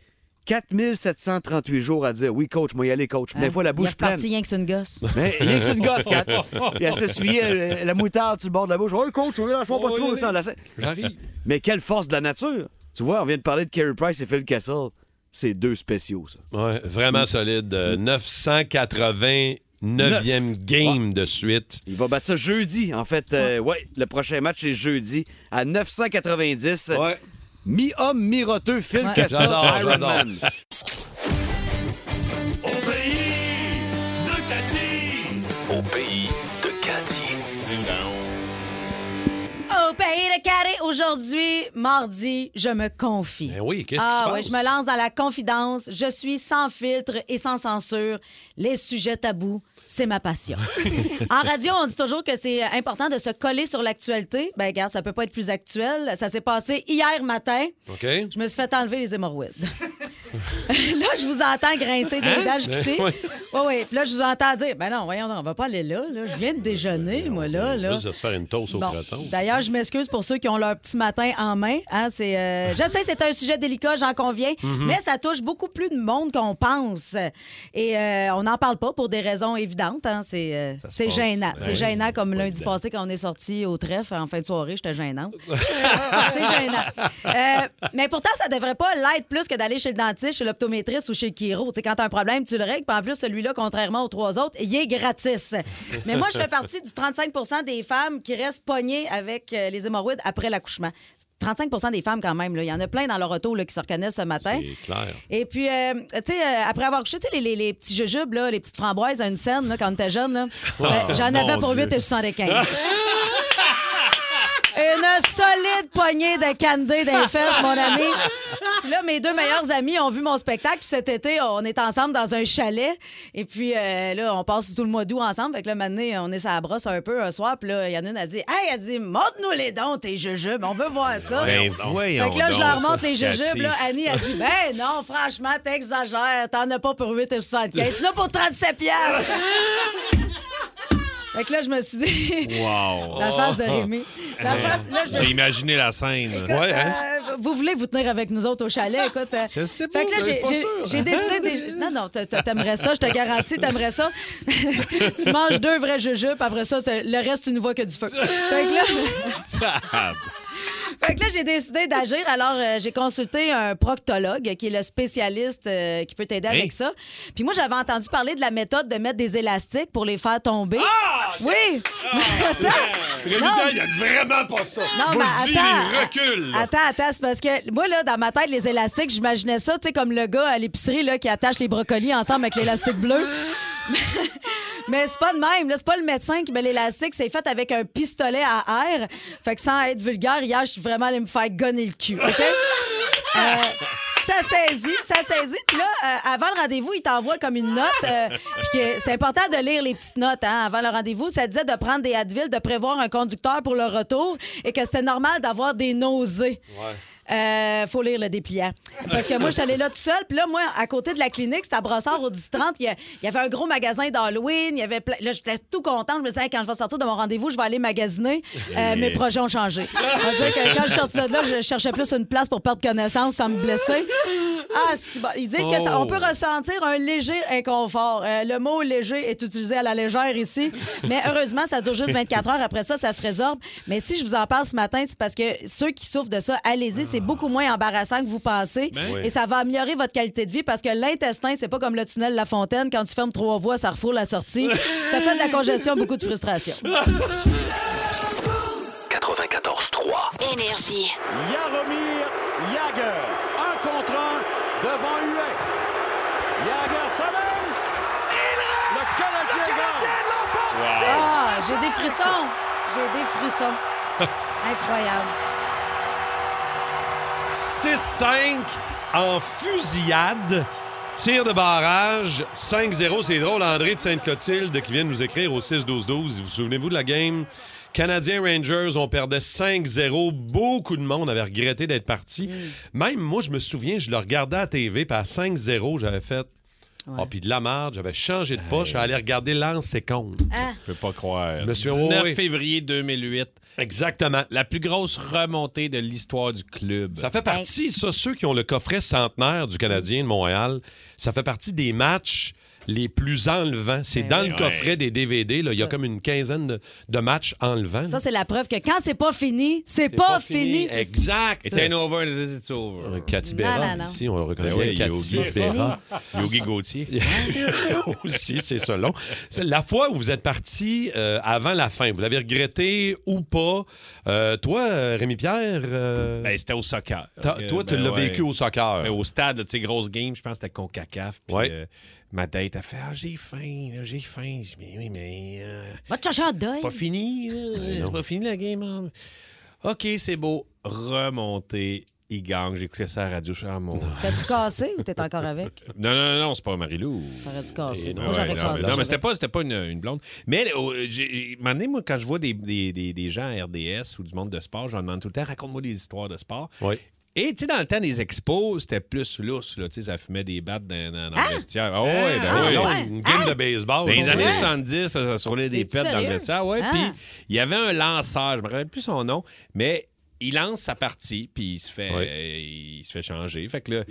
Speaker 11: 4738 jours à dire oui, coach, moi y aller, coach. Des fois, la
Speaker 5: Ah, Il
Speaker 11: bouche
Speaker 5: est
Speaker 11: pleine.
Speaker 5: reparti rien que c'est une gosse.
Speaker 11: Mais rien que c'est une gosse, Kat. Puis elle s'essuyait euh, la moutarde sur le bord de la bouche. Oh, le coach, on ne pas trop ça. la-
Speaker 3: J'arrive.
Speaker 11: Mais quelle force de la nature. Tu vois, on vient de parler de Carey Price et Phil Castle. C'est deux spéciaux, ça. Mm.
Speaker 3: Ouais, vraiment solide. Euh, 989e game de suite.
Speaker 11: Il va battre ça jeudi, en fait. Euh, ouais, le prochain match, c'est jeudi à 990. Mi-homme, mi-roteux, Phil Castle,
Speaker 3: J'adore,
Speaker 11: Iron
Speaker 3: j'adore.
Speaker 11: Man.
Speaker 9: Au pays de Cathy! Au pays de Cathy.
Speaker 5: Au pays de carré, aujourd'hui, mardi, je me confie.
Speaker 3: Ben oui, qu'est-ce qui
Speaker 5: ah,
Speaker 3: se
Speaker 5: ouais,
Speaker 3: passe?
Speaker 5: je me lance dans la confidence. Je suis sans filtre et sans censure. Les sujets tabous, c'est ma passion. en radio, on dit toujours que c'est important de se coller sur l'actualité. Ben, regarde, ça peut pas être plus actuel. Ça s'est passé hier matin.
Speaker 3: OK?
Speaker 5: Je me suis fait enlever les hémorroïdes. là, je vous entends grincer des
Speaker 3: Hein?
Speaker 5: dents jusqu'ici.
Speaker 3: Ben,
Speaker 5: Oui,
Speaker 3: ouais.
Speaker 5: oui. Puis là, je vous entends dire Ben non, voyons, on va pas aller là. là. Je viens de déjeuner, moi, là. là.
Speaker 3: Juste de se faire une toast au
Speaker 5: Bon.
Speaker 3: croton.
Speaker 5: D'ailleurs, je m'excuse pour ceux qui ont leur petit matin en main. Hein, c'est, euh, je sais, c'est un sujet délicat, j'en conviens,
Speaker 13: Mhm.
Speaker 5: mais ça touche beaucoup plus de monde qu'on pense. Et euh, on n'en parle pas pour des raisons évidentes. hein. C'est, euh,
Speaker 13: Ça se
Speaker 5: c'est
Speaker 13: passe.
Speaker 5: gênant.
Speaker 13: Ben
Speaker 5: c'est
Speaker 13: oui,
Speaker 5: gênant comme
Speaker 13: pas
Speaker 5: lundi
Speaker 13: évident.
Speaker 5: passé quand on est sorti au trèfle en fin de soirée. J'étais gênante. Ah, c'est gênant. Euh, mais pourtant, ça devrait pas l'être plus que d'aller chez le dentiste, chez l'optométriste ou chez le chiro. Tu sais, quand tu as un problème, tu le règles. Puis en plus, celui-là, contrairement aux trois autres, il est gratis. Mais moi, je fais partie du 35 des femmes qui restent pognées avec euh, les hémorroïdes après l'accouchement. 35 des femmes, quand même. là. Il y en a plein dans leur auto là, qui se reconnaissent ce matin.
Speaker 3: C'est clair.
Speaker 5: Et puis, euh, tu sais, euh, après avoir couché, tu sais, les, les- les petits jujubes, là, les petites framboises à une scène, là, quand on était jeune, là,
Speaker 13: Oh,
Speaker 5: euh, j'en
Speaker 13: mon
Speaker 5: avais pour
Speaker 13: Dieu.
Speaker 5: 8 et 75. Une solide poignée de candy d'un fesses, mon ami. Puis là, mes deux meilleurs amis ont vu mon spectacle. Puis cet été, on est ensemble dans un chalet. Et puis euh, là, on passe tout le mois d'août ensemble. Fait que là, maintenant, on est à la brosse un peu un soir. Puis là, il y en a une a dit Hey, elle dit, montre-nous les dons, tes jujubes. On veut voir ça.
Speaker 13: Ben,
Speaker 5: fait
Speaker 13: voyons
Speaker 5: que là, je leur
Speaker 13: donc,
Speaker 5: montre les
Speaker 13: ça,
Speaker 5: jujubes. Là,
Speaker 13: Cathy.
Speaker 5: Annie a dit Ben non, franchement, t'exagères. T'en as pas pour 8,75. T'en as pour 37 piastres. Fait que là, je me suis dit.
Speaker 2: Wow.
Speaker 5: La face
Speaker 13: Ah.
Speaker 5: de Rémi. La face- là, je me
Speaker 2: J'ai
Speaker 5: suis-
Speaker 2: imaginé la scène.
Speaker 5: Écoute, euh, vous voulez vous tenir avec nous autres au chalet, écoute. euh,
Speaker 2: hein? Je sais pas,
Speaker 5: Fait que là,
Speaker 2: mais
Speaker 5: j'ai-
Speaker 2: pas
Speaker 5: j'ai-
Speaker 2: sûr.
Speaker 5: j'ai décidé... des- Non, non, t'a- t'a- t'aimerais ça, je te garantis, t'aimerais ça. tu manges deux vrais jujubes, après ça, t'as- le reste, tu ne vois que du feu. Fait que là... Fait que là, j'ai décidé d'agir. Alors, euh, j'ai consulté un proctologue qui est le spécialiste euh, qui peut t'aider
Speaker 13: Hey.
Speaker 5: avec ça. Puis moi, j'avais entendu parler de la méthode de mettre des élastiques pour les faire tomber.
Speaker 2: Ah!
Speaker 5: Oui! Attends! Non.
Speaker 3: il n'y a vraiment pas ça.
Speaker 5: Non,
Speaker 3: Vous
Speaker 5: mais
Speaker 3: le dites,
Speaker 5: attends,
Speaker 3: il recule. là.
Speaker 5: Attends, attends, c'est parce que moi, là, dans ma tête, les élastiques, j'imaginais ça, tu sais, comme le gars à l'épicerie, là, qui attache les brocolis ensemble avec l'élastique bleu. Mais c'est pas de même, là. C'est pas le médecin qui met l'élastique, c'est fait avec un pistolet à air. Fait que sans être vulgaire, hier, je suis vraiment allée me faire gonner le cul, OK? Euh, ça saisit, ça saisit. Puis là, euh, avant le rendez-vous, il t'envoie comme une note. euh, puis que c'est important de lire les petites notes hein, avant le rendez-vous. Ça disait de prendre des Advil, de prévoir un conducteur pour le retour et que c'était normal d'avoir des nausées. Euh, faut lire le dépliant. Parce que moi, je suis allée là toute seule. Puis là, moi, à côté de la clinique, c'était à Brossard au 10-30. Il y a- il y avait un gros magasin d'Halloween. Il y avait plein- Là, j'étais tout contente. Je me disais, Hey, quand je vais sortir de mon rendez-vous, je vais aller magasiner. Euh, mes projets ont changé. On dirait que quand je suis sortie de là, je cherchais plus une place pour perdre connaissance sans me blesser. Ah, si bon. Ils disent que ça-
Speaker 13: Oh.
Speaker 5: on peut ressentir un léger inconfort. Euh, le mot léger est utilisé à la légère ici, mais heureusement, ça dure juste 24 heures. Après ça, ça se résorbe. Mais si je vous en parle ce matin, c'est parce que ceux qui souffrent de ça, allez-y, c'est beaucoup moins embarrassant que vous pensez.
Speaker 13: Ah. Ben oui.
Speaker 5: Et ça va améliorer votre qualité de vie parce que l'intestin, c'est pas comme le tunnel La Fontaine. Quand tu fermes trois voies, ça refoule la sortie. ça fait de la congestion, beaucoup de frustration.
Speaker 13: Ah!
Speaker 9: 94-3.
Speaker 1: Énergie.
Speaker 14: Yaromir Jagger, un contre un devant Huet. Jagger s'amène. Le Canadien gagne.
Speaker 5: Ah, j'ai des frissons. J'ai des frissons. Incroyable.
Speaker 3: 6-5 en fusillade. Tir de barrage, 5-0. C'est drôle, André de Sainte-Clotilde qui vient de nous écrire au 6-12-12. Vous vous souvenez-vous de la game? Canadiens Rangers, on perdait 5-0. Beaucoup de monde avait regretté d'être parti. Même moi, je me souviens, je le regardais à TV, puis à 5-0, j'avais fait Ah, puis de la marge, j'avais changé de poche, j'allais regarder Lance Seconde.
Speaker 5: Ah.
Speaker 3: Je peux pas croire. Monsieur
Speaker 2: 19
Speaker 3: Rowe.
Speaker 2: février 2008.
Speaker 3: Exactement.
Speaker 2: La plus grosse remontée de l'histoire du club.
Speaker 3: Ça fait partie, ça, ceux qui ont le coffret centenaire du Canadien de Montréal, ça fait partie des matchs les plus enlevants. C'est
Speaker 5: Ben
Speaker 3: dans
Speaker 5: oui.
Speaker 3: le coffret des DVD, là, il y a comme une quinzaine de, de matchs enlevants.
Speaker 5: Ça, c'est la preuve que quand c'est pas fini, c'est
Speaker 3: C'est
Speaker 5: pas, fini. c'est-
Speaker 2: Exact.
Speaker 5: c'est-
Speaker 2: It's over, it's over.
Speaker 3: Cathy
Speaker 5: Non,
Speaker 3: Béra,
Speaker 5: non, non.
Speaker 3: ici, on le reconnaît.
Speaker 2: Ben oui,
Speaker 3: Cathy
Speaker 2: Yogi.
Speaker 3: Béra.
Speaker 2: Yogi Gauthier.
Speaker 3: aussi, c'est ça long. C'est La fois où vous êtes parti euh, avant la fin, vous l'avez regretté ou pas. Euh, toi, Rémi Pierre.
Speaker 2: c'était au soccer.
Speaker 3: T'as-
Speaker 2: Euh,
Speaker 3: toi, tu
Speaker 2: ben
Speaker 3: l'as
Speaker 2: ouais.
Speaker 3: vécu au soccer.
Speaker 2: Ben, au stade, tu sais, grosse game, je pense que c'était Concacaf. Puis euh, ma date a fait Ah, j'ai faim, là, j'ai faim. J'ai dit, Mais oui, mais. euh,
Speaker 5: Va te chercher un deuil.
Speaker 2: Pas fini, là.
Speaker 3: Ben non.
Speaker 2: C'est pas fini la game. hein. OK, c'est beau. Remonter, il gagne. J'écoutais ça à la radio. Je suis Ah, mon-
Speaker 5: T'as-tu cassé ou t'es encore avec?
Speaker 2: Non, non, non, c'est pas Marilou.
Speaker 5: T'aurais dû casser.
Speaker 2: Et
Speaker 5: Moi,
Speaker 2: non,
Speaker 5: j'aurais
Speaker 2: Eh, ouais, non,
Speaker 5: cassé.
Speaker 2: mais Non, mais c'était pas, c'était pas une, une blonde. Mais euh, j'ai- à un moment donné, moi, quand je vois des, des- des- des gens à RDS ou du monde de sport, je leur demande tout le temps raconte-moi des histoires de sport. Et tu sais, dans le temps des expos, c'était plus lousse. Là, tu sais, ça fumait des battes dans, dans- dans le vestiaire. Ah ouais, ben
Speaker 3: Ah,
Speaker 2: ouais.
Speaker 3: ouais. Une game de baseball.
Speaker 2: Dans les
Speaker 3: Ouais.
Speaker 2: années 70, ça, ça se roulait des
Speaker 3: T'es-tu
Speaker 2: pets dans le
Speaker 3: sérieux?
Speaker 2: vestiaire. Ouais,
Speaker 3: Ah.
Speaker 2: puis il y avait un lanceur, je me rappelle plus son nom, mais il lance sa partie, puis il se fait, euh, il se fait changer. Fait que là,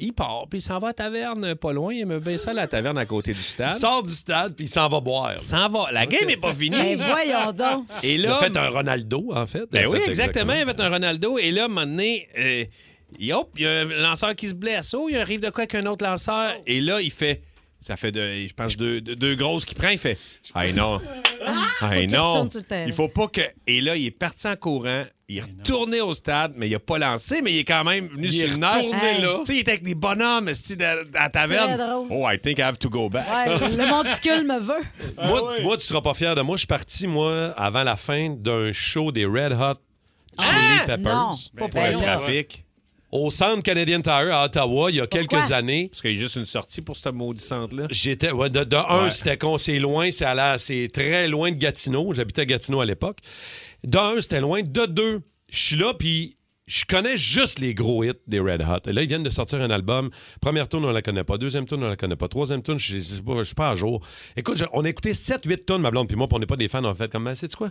Speaker 2: il part, puis il s'en va à la taverne pas loin. Il me baisse ça à la taverne à côté du stade.
Speaker 3: Il sort du stade, puis il s'en va boire. Ben
Speaker 2: S'en va. La game n'est pas finie.
Speaker 5: Mais Eh, voyons donc.
Speaker 2: Et
Speaker 3: Il
Speaker 2: là,
Speaker 3: a fait un Ronaldo, en fait.
Speaker 2: ben
Speaker 3: Il a
Speaker 2: oui,
Speaker 3: fait
Speaker 2: exactement. Il avait un Ronaldo. Et là, à un moment donné, euh, hop, il y a un lanceur qui se blesse. Oh, il arrive de quoi avec un autre lanceur. Et là, il fait. Ça fait, de, je pense, deux, deux- deux grosses qui prend. Il fait. Ah non. Ah
Speaker 3: qu'il
Speaker 2: non.
Speaker 3: retourne sur le terrain.
Speaker 2: Il faut pas que. Et là, il est parti en courant. Il est retourné au stade, mais il a pas lancé, mais il est quand même venu
Speaker 3: Il
Speaker 2: sur
Speaker 3: est
Speaker 2: le nerf.
Speaker 3: retourné, Hey. là.
Speaker 2: Tu sais, il était avec des bonhommes esti, de- à la taverne.
Speaker 5: Très drôle.
Speaker 2: Oh, I think I have to go back.
Speaker 5: Ouais, le monticule me veut.
Speaker 3: moi, moi, tu seras pas fier de moi. Je suis parti, moi, avant la fin d'un show des Red Hot Chili Peppers.
Speaker 5: Non, pas pour
Speaker 2: Ben le là. trafic.
Speaker 3: Au centre Canadian Tire à Ottawa, il y a quelques années.
Speaker 2: Parce qu'il y a juste une sortie pour ce maudit centre-là.
Speaker 3: J'étais. ouais, de, de un,
Speaker 2: Ouais.
Speaker 3: c'était con, c'est loin, c'est, à la- c'est très loin de Gatineau. J'habitais à Gatineau à l'époque. De un, c'était loin. De deux, je suis là, puis je connais juste les gros hits des Red Hot. Et là, ils viennent de sortir un album. Première tourne, on la connaît pas. Deuxième tourne, on la connaît pas. Troisième tourne, je sais pas, je suis pas à jour. Écoute, je- on a écouté 7-8 tonnes, ma blonde, puis moi, puis on n'est pas des fans, en fait. Comme, c'est quoi?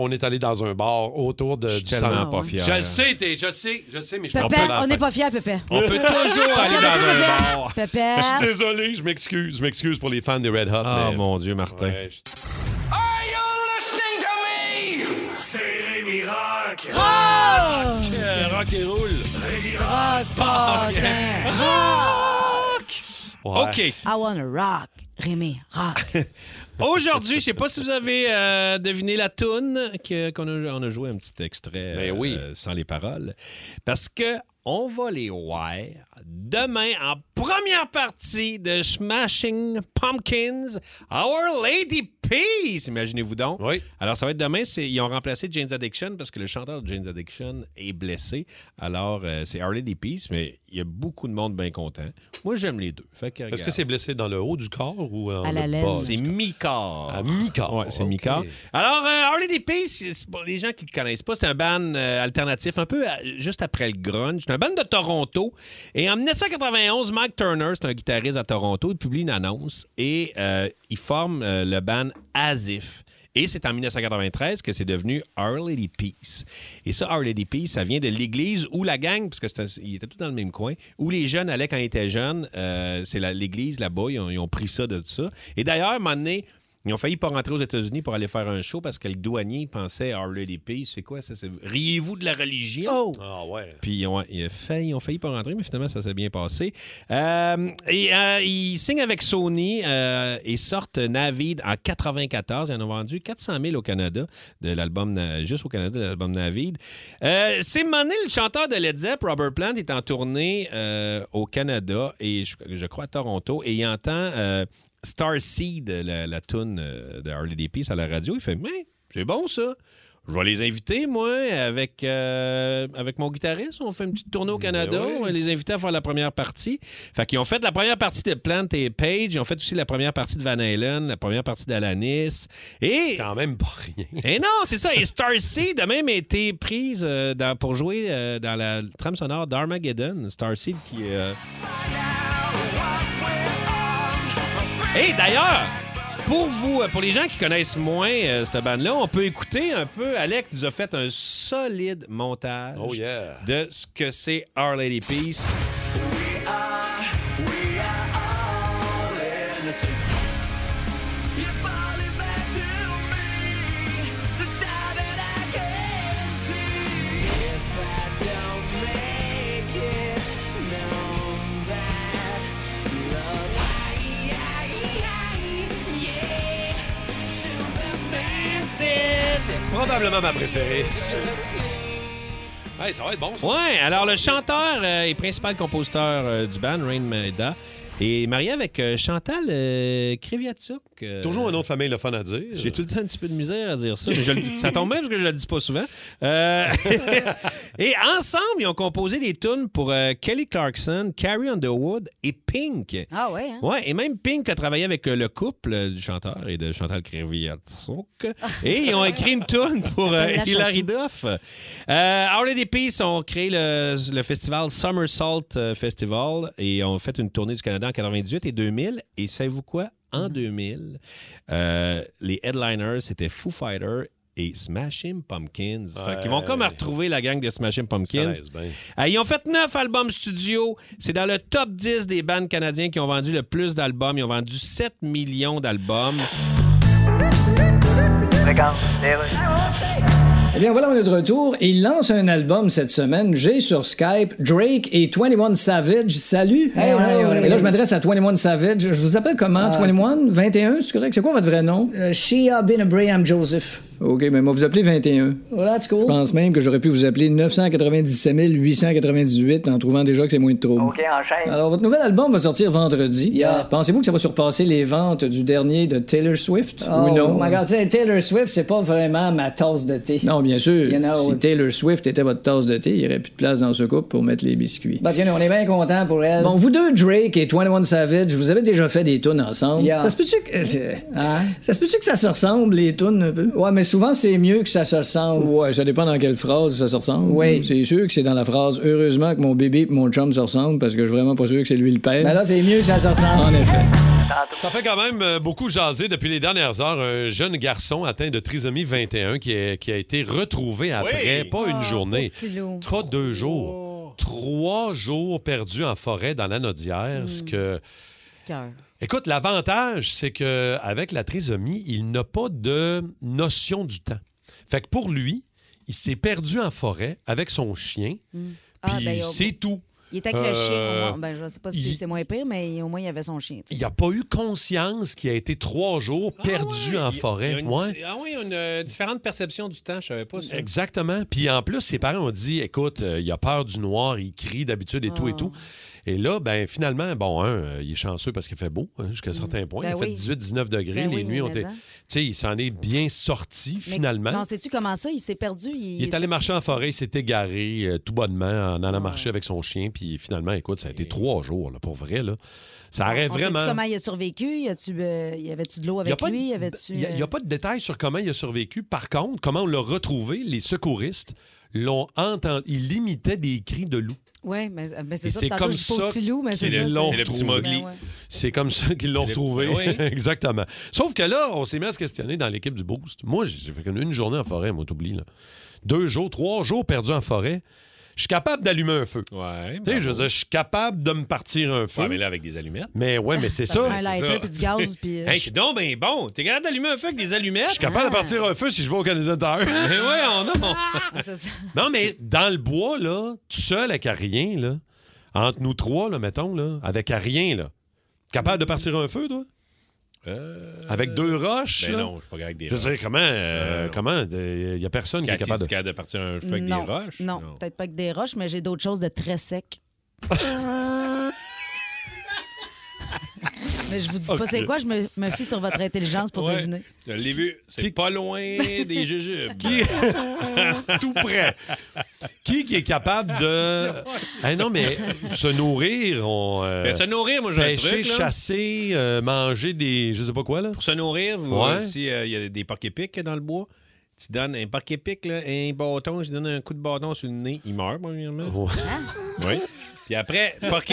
Speaker 3: On est allé dans un bar autour de. Je
Speaker 2: tellement pas fier.
Speaker 3: Je le sais, t'es- je le sais, je le sais, mais je
Speaker 5: Pépé,
Speaker 3: suis pas
Speaker 5: on n'est pas fiers, Pépé.
Speaker 3: On peut toujours
Speaker 5: Pas
Speaker 3: aller
Speaker 5: fiers de
Speaker 3: dans
Speaker 5: toi,
Speaker 3: un
Speaker 5: Pépé.
Speaker 3: bar. Je suis
Speaker 5: Pépé.
Speaker 3: désolé, je m'excuse. Je m'excuse pour les fans des Red Hot.
Speaker 2: Ah, mon Dieu, Martin.
Speaker 9: Are you listening to me? C'est Rémi Rock.
Speaker 3: Rock, euh, rock et roule.
Speaker 9: Rémi
Speaker 5: Rock, Paquin. Rock!
Speaker 2: OK.
Speaker 5: I wanna rock. Rémi, rock.
Speaker 2: Aujourd'hui, je sais pas si vous avez euh, deviné la toune que- qu'on a, on a joué un petit extrait euh,
Speaker 3: Ben
Speaker 2: euh, sans les paroles. Parce que on va les voir demain en première partie de Smashing Pumpkins, Our Lady Peace. Imaginez-vous donc.
Speaker 3: Oui.
Speaker 2: Alors, ça va être demain. c'est- Ils ont remplacé Jane's Addiction parce que le chanteur de Jane's Addiction est blessé. Alors, euh, c'est Our Lady Peace, mais il y a beaucoup de monde bien content. Moi, j'aime les deux.
Speaker 3: Est-ce que c'est blessé dans le haut du corps ou en
Speaker 2: À la
Speaker 3: le
Speaker 2: laine.
Speaker 3: bas?
Speaker 2: C'est mi-corps.
Speaker 3: Ah, mi-corps.
Speaker 2: Ouais, c'est mi-corps. Alors, euh, Harley DP, c'est- c'est pour les gens qui ne connaissent pas, c'est un band euh, alternatif, un peu à- juste après le grunge. C'est un band de Toronto. Et en 1991, Mike Turner, c'est un guitariste à Toronto, il publie une annonce et euh, il forme euh, le band Asif. Et c'est en 1993 que c'est devenu Our Lady Peace. Et ça, Our Lady Peace, ça vient de l'église où la gang, parce que c'était- ils étaient tous dans le même coin, où les jeunes allaient quand ils étaient jeunes. Euh, c'est la- l'église là-bas, ils ont, ils ont pris ça de ça. Et d'ailleurs, à un moment donné, ils ont failli pas rentrer aux États-Unis pour aller faire un show parce que le douanier pensait Our Lady Peace, c'est quoi ça? c'est- Riez-vous de la religion?
Speaker 3: Ah ouais.
Speaker 2: Puis ils ont, ils ont failli, ils ont failli pas rentrer, mais finalement, ça s'est bien passé. Euh, et euh, ils signent avec Sony euh, et sortent Navid en 94. Ils en ont vendu 400 000 au Canada, de l'album, Na- juste au Canada, de l'album Navid. Euh, c'est Mané, le chanteur de Led Zepp, Robert Plant, est en tournée euh, au Canada et je, je crois à Toronto. Et il entend euh, Starseed, la, la toune euh, de Harley D. Peace à la radio. Il fait Mais c'est bon ça. Je vais les inviter, moi, avec, euh, avec mon guitariste. On fait une petite tournée au Canada.
Speaker 3: Ben oui.
Speaker 2: On va les inviter à faire la première partie. Fait qu'ils ont fait la première partie de Plant et Page. Ils ont fait aussi la première partie de Van Halen, la première partie d'Alanis. Et...
Speaker 3: quand même pas rien.
Speaker 2: Et non, c'est ça. Et Starseed a même été prise euh, dans- pour jouer euh, dans la trame sonore d'Armageddon. Starseed qui... euh, Et d'ailleurs, pour vous, euh, pour les gens qui connaissent moins euh, cette bande-là, on peut écouter un peu. Alec nous a fait un solide montage
Speaker 3: Oh yeah.
Speaker 2: de ce que c'est Our Lady Peace.
Speaker 3: Probablement ma préférée. Hey, ça va être bon, ça.
Speaker 2: Ouais, alors le chanteur euh, et principal compositeur euh, du band, Rain Maeda, est marié avec euh, Chantal euh, Kreviatsuk. euh,
Speaker 3: Toujours un nom de famille, le fun à dire.
Speaker 2: J'ai tout le temps un petit peu de misère à dire ça, mais je le dis- ça tombe bien parce que je le dis pas souvent. Euh, et ensemble, ils ont composé des tunes pour euh, Kelly Clarkson, Carrie Underwood et Pink.
Speaker 5: Ah ouais, hein?
Speaker 2: Ouais, et même Pink a travaillé avec euh, le couple euh, du chanteur et de Chantal Kreviatsuk. Et ils ont écrit une tune pour euh,
Speaker 5: Elle la
Speaker 2: Hilary
Speaker 5: chante.
Speaker 2: Duff. Euh, RDP ont créé le, le festival Somersault euh, Festival et ont fait une tournée du Canada en 98 et 2000. Et savez-vous quoi?
Speaker 3: Mm.
Speaker 2: En 2000, euh, les headliners, c'était Foo Fighters et Smashing Pumpkins. Fait qu'ils vont
Speaker 3: Ouais.
Speaker 2: comme retrouver la gang de Smashing Pumpkins.
Speaker 3: Ils se connaissent
Speaker 2: Euh, ils ont fait neuf albums studio. C'est dans le top 10 des bandes canadiens qui ont vendu le plus d'albums. Ils ont vendu 7 millions d'albums.
Speaker 8: Eh bien voilà, on est de retour. Il lance un album cette semaine. J'ai sur Skype Drake et 21 Savage. Salut!
Speaker 13: Hey, hey, hey,
Speaker 8: et là, je
Speaker 13: hey.
Speaker 8: m'adresse à 21 Savage. Je vous appelle comment?
Speaker 13: Ah. Euh,
Speaker 8: 21? 21? C'est correct? C'est quoi votre vrai nom?
Speaker 13: Shia bin Abraham Joseph.
Speaker 8: OK, mais moi, vous appelez 21.
Speaker 13: Well, that's
Speaker 8: Je
Speaker 13: cool.
Speaker 8: pense même que j'aurais pu vous appeler 997 898 en trouvant déjà que c'est moins de trouble.
Speaker 13: OK, enchaîne.
Speaker 8: Alors, votre nouvel album va sortir vendredi.
Speaker 13: Yeah.
Speaker 8: Pensez-vous que ça va surpasser les ventes du dernier de Taylor Swift
Speaker 13: Oh,
Speaker 8: ou non?
Speaker 13: my God, Tay- Taylor Swift, c'est pas vraiment ma tasse de thé.
Speaker 8: Non, bien sûr.
Speaker 13: You know,
Speaker 8: si Taylor Swift était votre tasse de thé, il n'y aurait plus de place dans ce couple pour mettre les biscuits.
Speaker 13: But you know, on est bien content pour elle.
Speaker 8: Bon, vous deux, Drake et 21 Savage, vous avez déjà fait des tunes ensemble.
Speaker 13: Yeah. Hein?
Speaker 8: Ça se peut-tu que... euh, Ça se peut-tu que ça se ressemble, les tunes, un peu? Ouais, mais souvent, c'est mieux que ça se ressemble. Ouais, ça dépend dans quelle phrase ça se ressemble.
Speaker 13: Oui.
Speaker 8: C'est sûr que c'est dans la phrase « Heureusement que mon bébé et mon chum se ressemblent » parce que je suis vraiment pas sûr que c'est lui le père.
Speaker 13: Mais Ben là, c'est mieux que ça se ressemble.
Speaker 8: En effet.
Speaker 3: Ça fait quand même euh, beaucoup jaser depuis les dernières heures. Un jeune garçon atteint de trisomie 21 qui, est- qui a été retrouvé après, pas une journée, trois, deux jours. Trois jours perdus en forêt dans la Nodière, ce que...
Speaker 5: Petit cœur.
Speaker 3: Écoute, l'avantage, c'est que avec la trisomie, il n'a pas de notion du temps. Fait que pour lui, il s'est perdu en forêt avec son chien,
Speaker 5: Ah,
Speaker 3: puis
Speaker 5: ben, oh.
Speaker 3: c'est tout.
Speaker 5: Il était avec le chien, au
Speaker 3: Euh,
Speaker 5: moins. Ben, je sais pas si
Speaker 3: il-
Speaker 5: c'est moins pire, mais au moins, il avait son chien. tu sais.
Speaker 3: Il n'a pas eu conscience qu'il a été trois jours perdu en forêt.
Speaker 2: Il y a une-
Speaker 3: Ouais.
Speaker 2: Ah oui, une euh, différente perception du temps, je savais pas ça.
Speaker 3: Exactement. Puis en plus, ses parents ont dit écoute, euh, il a peur du noir, il crie d'habitude et
Speaker 5: Ah.
Speaker 3: tout et tout. Et là, ben finalement, bon, un, euh, il est chanceux parce qu'il fait beau hein, jusqu'à un certain point.
Speaker 5: Ben
Speaker 3: il a
Speaker 5: oui.
Speaker 3: fait 18-19 degrés.
Speaker 5: Ben
Speaker 3: les
Speaker 5: oui,
Speaker 3: nuits ont
Speaker 5: mais
Speaker 3: été.
Speaker 5: en.
Speaker 3: Tu sais, il s'en est bien sorti
Speaker 5: Mais-
Speaker 3: finalement.
Speaker 5: Non, sais-tu comment ça? Il s'est perdu. Il,
Speaker 3: il est allé marcher en forêt, il s'est égaré euh, tout bonnement en allant marcher avec son chien. Puis finalement, écoute, ça a été trois jours, là, pour vrai. Là. Ça aurait
Speaker 5: On sait-tu
Speaker 3: vraiment.
Speaker 5: comment il a survécu? Y a-tu, euh, y avait-tu de l'eau
Speaker 3: Il n'y a,
Speaker 5: avec
Speaker 3: pas de-
Speaker 5: lui? Y avait-tu,
Speaker 3: il y a- il y a
Speaker 5: euh,
Speaker 3: pas de détails sur comment il a survécu. Par contre, comment on l'a retrouvé, les secouristes l'ont entendu. Il imitait des cris de loup.
Speaker 5: Ouais, mais, mais c'est
Speaker 3: Et
Speaker 5: ça. Tantôt, je dis pas au petit loup, mais c'est ça.
Speaker 3: qu'ils l'ont
Speaker 5: c'est-
Speaker 3: retrouvé.
Speaker 5: Ben ouais.
Speaker 3: C'est comme ça qu'ils l'ont
Speaker 2: C'est le-
Speaker 3: retrouvé.
Speaker 2: Oui.
Speaker 3: Exactement. Sauf que là, on s'est mis à se questionner dans l'équipe du Boost. Moi, j'ai fait comme une journée en forêt, moi, t'oublies. là. Deux jours, trois jours perdus en forêt. Je suis capable d'allumer un feu.
Speaker 4: ben.
Speaker 2: Ah, Ouais,
Speaker 3: Tu sais, je veux dire, je suis capable de me partir un feu.
Speaker 2: mais là, avec des allumettes.
Speaker 3: Mais ouais, mais Ah, c'est ça.
Speaker 5: Ah, prend un lighter
Speaker 3: C'est ça.
Speaker 5: puis du gaz, puis, euh,
Speaker 2: Hey, je suis donc ben bon. T'es capable d'allumer un feu avec des allumettes?
Speaker 3: Je suis capable de
Speaker 5: Ah.
Speaker 3: partir un feu si je vais au canalisateur.
Speaker 2: Mais ouais, on a.
Speaker 5: C'est ça.
Speaker 3: Non, mais dans le bois, là, tout seul avec rien, là, entre nous trois, là, mettons, là, avec rien, là, capable de partir un feu, toi? Avec deux roches?
Speaker 2: Euh, ben
Speaker 3: là?
Speaker 2: non, je suis pas avec des
Speaker 3: Je veux
Speaker 2: roches.
Speaker 3: dire, comment? euh, comment? Il n'y a personne qui est
Speaker 2: Cathy,
Speaker 3: capable de...
Speaker 2: t'es capable de partir un feu avec
Speaker 5: Non,
Speaker 2: des roches?
Speaker 5: non, peut-être pas avec des roches, mais j'ai d'autres choses de très sec. mais je vous dis pas c'est quoi, je me, me fie sur votre intelligence pour
Speaker 2: Ouais.
Speaker 5: deviner.
Speaker 2: Je l'ai vu. C'est pas loin des jujubes.
Speaker 3: Tout près. Qui qui est capable de... Eh non, mais se nourrir, on... euh,
Speaker 2: Ben, se nourrir, moi, j'ai un
Speaker 3: pêcher,
Speaker 2: truc, là.
Speaker 3: chasser, euh, manger des... Je sais pas quoi, là.
Speaker 2: Pour se nourrir, vous,
Speaker 3: Ouais.
Speaker 2: euh, si euh, il y a des porcs épics dans le bois, Tu donnes un parc épique, là, un bâton, je lui donne un coup de bâton sur le nez, il meurt, premièrement. Oui. Puis après, porc,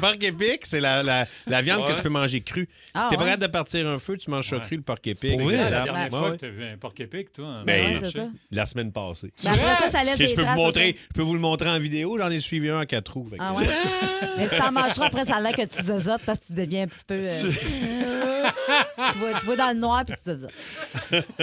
Speaker 2: porc épic, c'est la, la- la viande
Speaker 4: Ouais.
Speaker 2: que tu peux manger crue.
Speaker 4: Ah,
Speaker 2: si t'es
Speaker 4: ouais.
Speaker 2: prêt à de partir un feu, tu manges ça cru, le porc épic.
Speaker 4: C'est
Speaker 2: c'est
Speaker 4: la
Speaker 2: ça.
Speaker 4: dernière
Speaker 2: hein? Ouais,
Speaker 4: fois
Speaker 2: ouais.
Speaker 4: que tu as vu un porc épic, toi. hein. en-
Speaker 2: Ben,
Speaker 4: Ah, Ouais, c'est ça.
Speaker 2: la semaine passée.
Speaker 4: Mais après
Speaker 5: Ben ça, ça laisse
Speaker 2: je
Speaker 5: des
Speaker 2: peux vous
Speaker 5: traces,
Speaker 2: montrer,
Speaker 5: ça.
Speaker 2: je peux vous le montrer en vidéo. J'en ai suivi un en quatre roues. fait que-
Speaker 5: Ah ouais? Mais si t'en manges trop, après, ça a l'air que tu zozotes parce que tu deviens un petit peu. euh, tu, vois, tu vois dans le noir puis tu zozotes.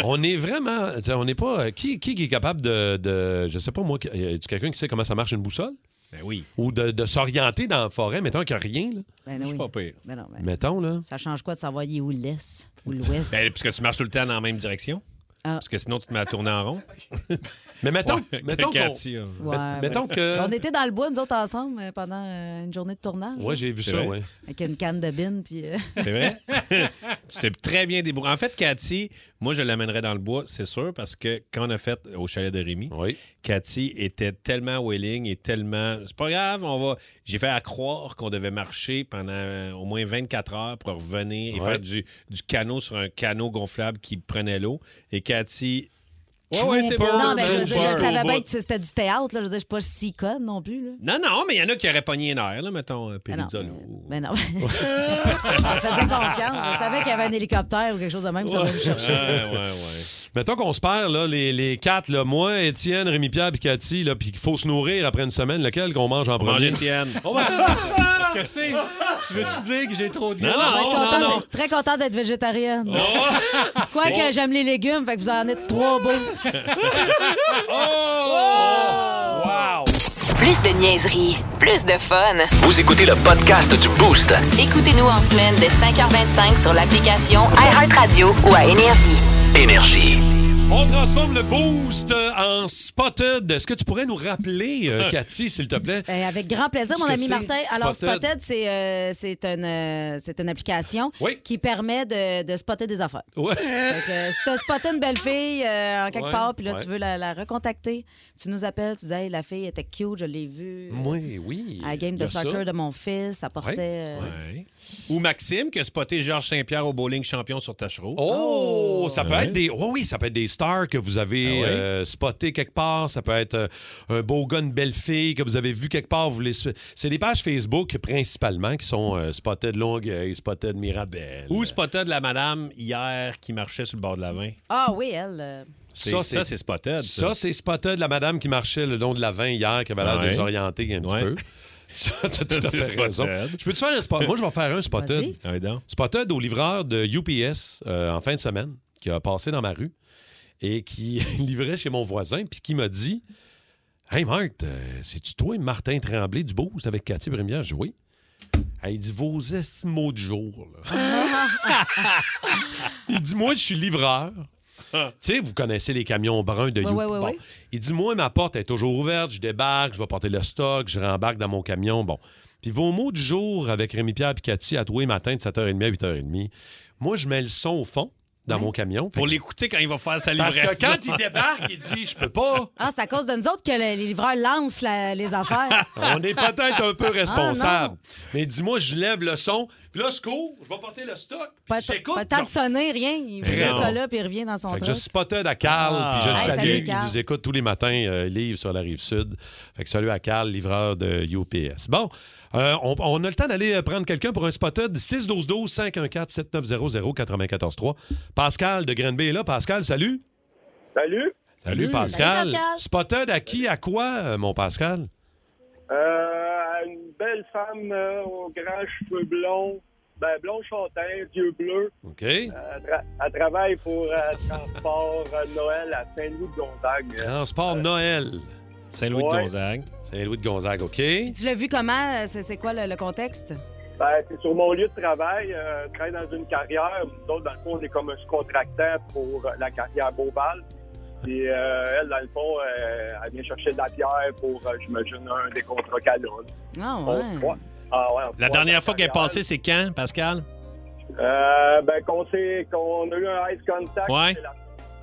Speaker 3: on est vraiment. t'sais, On n'est pas. euh, Qui, qui qui est capable de, de- Je sais pas, moi. qui- Y a-tu quelqu'un qui sait comment ça marche une boussole?
Speaker 2: Ben oui.
Speaker 3: Ou de, de s'orienter dans la forêt, mettons qu'il n'y a rien, là.
Speaker 5: Ben oui.
Speaker 2: pire.
Speaker 5: Ben non, ben,
Speaker 3: Mettons, là.
Speaker 5: Ça change quoi de savoir il est où l'est ou l'ouest?
Speaker 2: Ben, parce que tu marches tout le temps dans la même direction.
Speaker 5: Ah.
Speaker 2: Parce que sinon, tu te mets à tourner en rond.
Speaker 3: Mais mettons-
Speaker 2: Ouais,
Speaker 3: mettons
Speaker 2: t'as
Speaker 3: qu'on-
Speaker 2: Cathy, hein.
Speaker 5: Ouais, ouais.
Speaker 3: mettons que-
Speaker 2: euh,
Speaker 5: On était dans le bois, nous autres, ensemble, euh, pendant euh, une journée de tournage.
Speaker 2: Ouais, j'ai vu C'est ça, vrai? ouais.
Speaker 5: Avec une canne de bine, puis. euh,
Speaker 2: C'est vrai? C'était très bien débrouillé. En fait, Cathy, moi, je l'amènerais dans le bois, c'est sûr, parce que quand on a fait au chalet de Rémi, Cathy était tellement willing et tellement. C'est pas grave, on va. J'ai fait à croire qu'on devait marcher pendant euh, au moins 24 heures pour revenir et
Speaker 3: Ouais.
Speaker 2: faire du, du canot sur un canot gonflable qui prenait l'eau. Et Cathy. Ouais, ouais, c'est bon.
Speaker 5: non, mais je, veux dire, je
Speaker 2: Trooper.
Speaker 5: savais bien que c'était du théâtre, là. Je veux dire, je suis pas si conne non plus, là. Ben
Speaker 2: Non, non, mais il y en a qui auraient pogné une air, là, mettons, euh,
Speaker 5: Ah non,
Speaker 2: Perizzolo.
Speaker 5: Mais non. je faisais confiance. Je savais qu'il y avait un hélicoptère ou quelque chose de même, ça va me chercher.
Speaker 2: Ouais, ouais, ouais.
Speaker 3: Mettons qu'on se perd, là, les, les quatre, là, moi, Étienne, Rémi-Pierre, puis Cathy, là, puis qu'il faut se nourrir après une semaine, lequel qu'on mange en
Speaker 2: Mange
Speaker 3: premier?
Speaker 2: Étienne.
Speaker 4: Oh, ben, que c'est? Tu veux-tu dire que j'ai trop de
Speaker 3: Non,
Speaker 4: gras?
Speaker 3: non,
Speaker 5: Je
Speaker 2: Ah,
Speaker 5: vais être
Speaker 3: non,
Speaker 5: contente-
Speaker 3: non.
Speaker 5: Très contente d'être végétarienne. Quoique j'aime les légumes, fait que vous en êtes trois beaux.
Speaker 3: Oh!
Speaker 1: Plus de niaiserie, plus de fun.
Speaker 15: Vous écoutez le podcast du Boost.
Speaker 1: Écoutez-nous en semaine de 5h25 sur l'application iHeartRadio ou à Énergie.
Speaker 15: Énergie.
Speaker 3: On transforme le boost euh, en spotted. Est-ce que tu pourrais nous rappeler, euh, Cathy, s'il te plaît?
Speaker 5: Euh, avec grand plaisir,
Speaker 3: Qu'est-ce
Speaker 5: mon
Speaker 3: que
Speaker 5: ami
Speaker 3: c'est,
Speaker 5: Martin. Alors,
Speaker 3: Spotted?
Speaker 5: Spotted, c'est euh, c'est une, euh, c'est une application qui permet de, de spotter des affaires.
Speaker 3: Ouais.
Speaker 5: Fait que, euh, si tu as spoté une belle fille euh, en quelque
Speaker 3: Ouais,
Speaker 5: part, puis là,
Speaker 3: ouais.
Speaker 5: tu veux la, la recontacter, tu nous appelles, tu dis Hey, la fille était cute, je l'ai vue
Speaker 3: Oui, oui.
Speaker 5: à la game
Speaker 2: y
Speaker 5: de
Speaker 2: a ça.
Speaker 5: soccer de mon fils, elle portait. euh,
Speaker 2: Ouais. Ou Maxime qui a spoté Georges Saint-Pierre au bowling champion sur Tachereau.
Speaker 3: Oh, ça peut
Speaker 2: Ouais.
Speaker 3: être des. oh oui, ça peut être des stars que vous avez
Speaker 2: Ah ouais?
Speaker 3: euh, spotées quelque part. Ça peut être euh, un beau gars, une belle fille que vous avez vu quelque part. Vous les... C'est des pages Facebook principalement qui sont euh, spotted Longueuil, spotted Mirabel.
Speaker 2: Ou spotted la madame hier qui marchait sur le bord de la vin.
Speaker 5: Ah oui, elle. euh,
Speaker 2: Ça, ça, c'est spotted, ça.
Speaker 3: Ça, c'est spotted la madame qui marchait le long de la 20 hier, qui avait l'air
Speaker 2: Ouais.
Speaker 3: désorientée un petit
Speaker 2: Ouais.
Speaker 3: peu. Ça, t'as tout à
Speaker 2: C'est
Speaker 3: fait raison.
Speaker 2: spotted.
Speaker 3: Je peux te faire un spot. Moi, je vais faire un spotted.
Speaker 2: Vas-y. Ah oui, donc.
Speaker 3: Spotted au livreur de UPS euh, en fin de semaine, qui a passé dans ma rue et qui livrait chez mon voisin, puis qui m'a dit Hey, Marc, euh, c'est-tu toi, Martin Tremblay du Boost avec Cathy Brémière? Je dis oui. Ah, il dit vos estimaux du jour. là. il dit Moi, je suis livreur. tu sais, vous connaissez les camions bruns de
Speaker 5: Ouais,
Speaker 3: Youpi.
Speaker 5: ouais, ouais,
Speaker 3: Bon.
Speaker 5: ouais.
Speaker 3: Il dit Moi, ma porte est toujours ouverte, je débarque, je vais porter le stock, je rembarque dans mon camion. Bon. Puis vos mots du jour avec Rémi Pierre et Cathy à tous les matins de 7h30 à 8h30. Moi, je mets le son au fond dans mon camion.
Speaker 2: Pour l'écouter quand il va faire sa
Speaker 3: Parce
Speaker 2: livraison.
Speaker 3: que quand il débarque, il dit Je peux pas.
Speaker 5: Ah, c'est à cause de nous autres que le- les livreurs lancent la- les affaires.
Speaker 3: On est peut-être un peu
Speaker 5: Ah,
Speaker 3: responsable.
Speaker 5: non.
Speaker 3: mais dis-moi, je lève le son, puis là, je cours, je vais porter le stock, puis
Speaker 5: Pas,
Speaker 3: je t'écoute.
Speaker 5: pas le temps de sonner, rien. Il
Speaker 3: Mais
Speaker 5: fait
Speaker 3: non.
Speaker 5: ça là, puis il revient dans son
Speaker 3: Fait que je
Speaker 5: truc.
Speaker 3: spotted à Carl,
Speaker 5: Ah.
Speaker 3: puis je le
Speaker 5: Hey,
Speaker 3: salue.
Speaker 5: salut,
Speaker 3: il
Speaker 5: Carl.
Speaker 3: nous écoute tous les matins, euh, livre sur la rive sud. Fait que salut à Carl, livreur de UPS. Bon, euh, on, on a le temps d'aller euh, prendre quelqu'un pour un spotted. 612-12-514-7900-943. Pascal de Granby est là. Pascal, salut.
Speaker 16: Salut.
Speaker 3: Salut,
Speaker 16: Salut.
Speaker 3: Pascal.
Speaker 16: Salut, Pascal.
Speaker 3: Spotted à qui, à quoi, euh, mon Pascal?
Speaker 16: Euh, une belle femme euh, aux grands cheveux blonds, ben blond chantin, yeux bleus.
Speaker 3: OK.
Speaker 16: Euh, tra- elle travaille pour euh, Transport euh, Noël à Saint-Louis-de-Gonzague. Euh,
Speaker 3: Transport Noël. Saint-Louis
Speaker 16: Ouais.
Speaker 3: Gonzague. Saint-Louis de Gonzague, OK.
Speaker 5: Tu l'as vu comment? euh, C'est c'est quoi le, le contexte?
Speaker 16: Ben, c'est sur mon lieu de travail, euh, je travaille dans une carrière. Nous autres, dans le fond, on est comme un sous-contracteur pour euh, la carrière Beauval. Et euh, elle, dans le fond, euh, elle vient chercher de la bière pour, euh, j'imagine, un des contrats qu'elle a.
Speaker 5: Ah
Speaker 16: On se croit. Ah ouais, on se
Speaker 2: La
Speaker 16: croit dans
Speaker 2: dernière fois qu'elle est
Speaker 16: carrière.
Speaker 2: passée, c'est quand, Pascal?
Speaker 16: Euh, ben, qu'on s'est- qu'on a eu un ice contact
Speaker 2: Ouais.
Speaker 16: c'est la,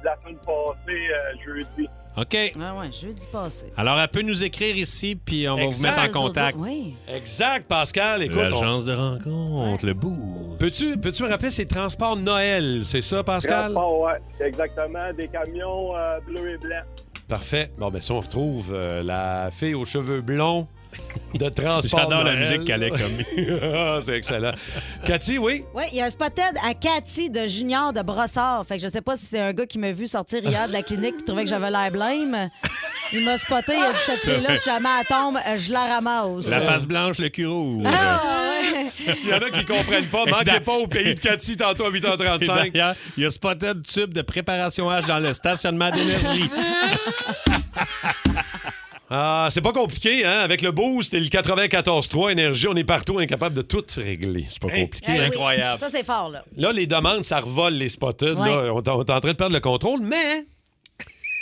Speaker 16: la semaine passée, euh, jeudi.
Speaker 2: OK.
Speaker 5: Ah ouais, jeudi passé.
Speaker 2: Alors, elle peut nous écrire ici, puis on va vous
Speaker 5: Exact.
Speaker 2: mettre en contact.
Speaker 5: Oui.
Speaker 3: Exact, Pascal. Écoute,
Speaker 2: L'agence de rencontre, le bout.
Speaker 3: Peux-tu peux-tu me rappeler ces transports Noël, c'est ça, Pascal?
Speaker 12: Transport, ouais, exactement. Des camions euh, bleus et blancs.
Speaker 3: Parfait. Bon, ben si on retrouve euh, la fille aux cheveux blonds de Transport
Speaker 2: J'adore la
Speaker 3: Noël.
Speaker 2: musique qu'elle a
Speaker 3: Ah, c'est excellent. Cathy, oui?
Speaker 5: Oui, il y a un spotted à Cathy de Junior de Brossard. Fait que je sais pas si c'est un gars qui m'a vu sortir hier de la clinique qui trouvait que j'avais l'air blême. Il m'a spoté, il a dit cette fille-là, si jamais elle tombe, euh, je la ramasse.
Speaker 2: La face blanche, le cul rouge.
Speaker 5: Ah.
Speaker 3: S'il y en a qui comprennent pas, manquez pas au pays de Cathy tantôt à 8h35.
Speaker 2: D'ailleurs, il y a spotted tube de préparation H dans le stationnement d'énergie.
Speaker 3: Ah, c'est pas compliqué, hein? Avec le boost et le 94.3 énergie, on est partout incapable de tout régler. C'est pas compliqué. hein?
Speaker 5: Eh oui. Ça, c'est fort, là.
Speaker 3: Là, les demandes, ça revole les spotted.
Speaker 5: Ouais.
Speaker 3: là. on, est en- on est en train de perdre le contrôle, mais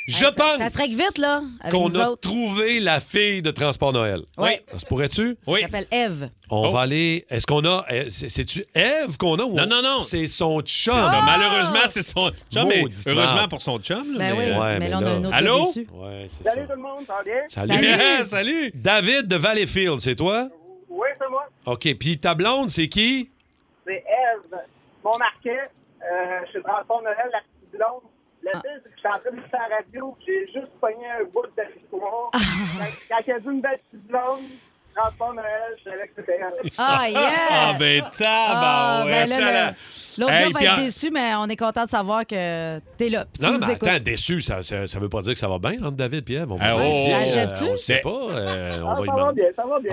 Speaker 3: je pense
Speaker 5: Ben, Ça se règle vite, là, avec
Speaker 3: qu'on
Speaker 5: nous
Speaker 3: a
Speaker 5: autres.
Speaker 3: trouvé la fille de Transport Noël.
Speaker 5: Oui.
Speaker 3: Ça se pourrait-tu?
Speaker 5: Elle s'appelle Eve.
Speaker 3: On va aller. Est-ce qu'on a. eh, c'est- C'est-tu Eve qu'on a?
Speaker 2: Oh.
Speaker 3: ou-
Speaker 2: Non, non, non.
Speaker 3: C'est son chum. Ah!
Speaker 2: C'est ça. Malheureusement, c'est son chum. mais
Speaker 3: Maudite
Speaker 2: heureusement
Speaker 3: merde.
Speaker 2: pour son chum.
Speaker 5: Ben oui,
Speaker 3: Ouais,
Speaker 5: mais là, on
Speaker 3: mais
Speaker 5: a
Speaker 3: là-
Speaker 5: un autre
Speaker 2: Allô?
Speaker 5: gars dessus.
Speaker 3: Ouais, c'est
Speaker 12: Salut tout le monde, ça va bien?
Speaker 2: Salut.
Speaker 3: Salut.
Speaker 2: Salut.
Speaker 3: David de Valleyfield, c'est toi?
Speaker 12: Oui, c'est moi.
Speaker 3: OK. Puis ta blonde, c'est qui?
Speaker 12: C'est Eve. Mon marquet, euh, je suis Transport Noël, la petite blonde. Le pire, c'est que je suis en train de faire la radio, j'ai juste pogné un bout de l'histoire. Quand- Quand il y a dit une belle petite blonde, Transport Noël, je savais que c'était elle.
Speaker 5: Ah, yeah!
Speaker 2: Ah, ben,
Speaker 5: Ah, ben
Speaker 2: tabarouette.
Speaker 5: là,
Speaker 2: ça,
Speaker 5: là,
Speaker 2: là.
Speaker 5: L'autre
Speaker 3: Hey,
Speaker 5: gars va
Speaker 3: puis
Speaker 5: être
Speaker 3: en-
Speaker 5: déçu, mais on est content de savoir que t'es là. Puis tu
Speaker 2: Ah,
Speaker 3: Non, non,
Speaker 5: nous
Speaker 2: ben,
Speaker 3: mais
Speaker 5: écoutes.
Speaker 3: attends, déçu, ça, ça, ça veut pas dire que ça va bien entre David et Eve. On va
Speaker 2: Ah, oh,
Speaker 3: vérifier,
Speaker 2: oh,
Speaker 3: euh,
Speaker 5: Achève-tu?
Speaker 3: on sait pas. euh, on va y
Speaker 12: Ah, Ça va
Speaker 3: demander.
Speaker 12: bien, ça va bien.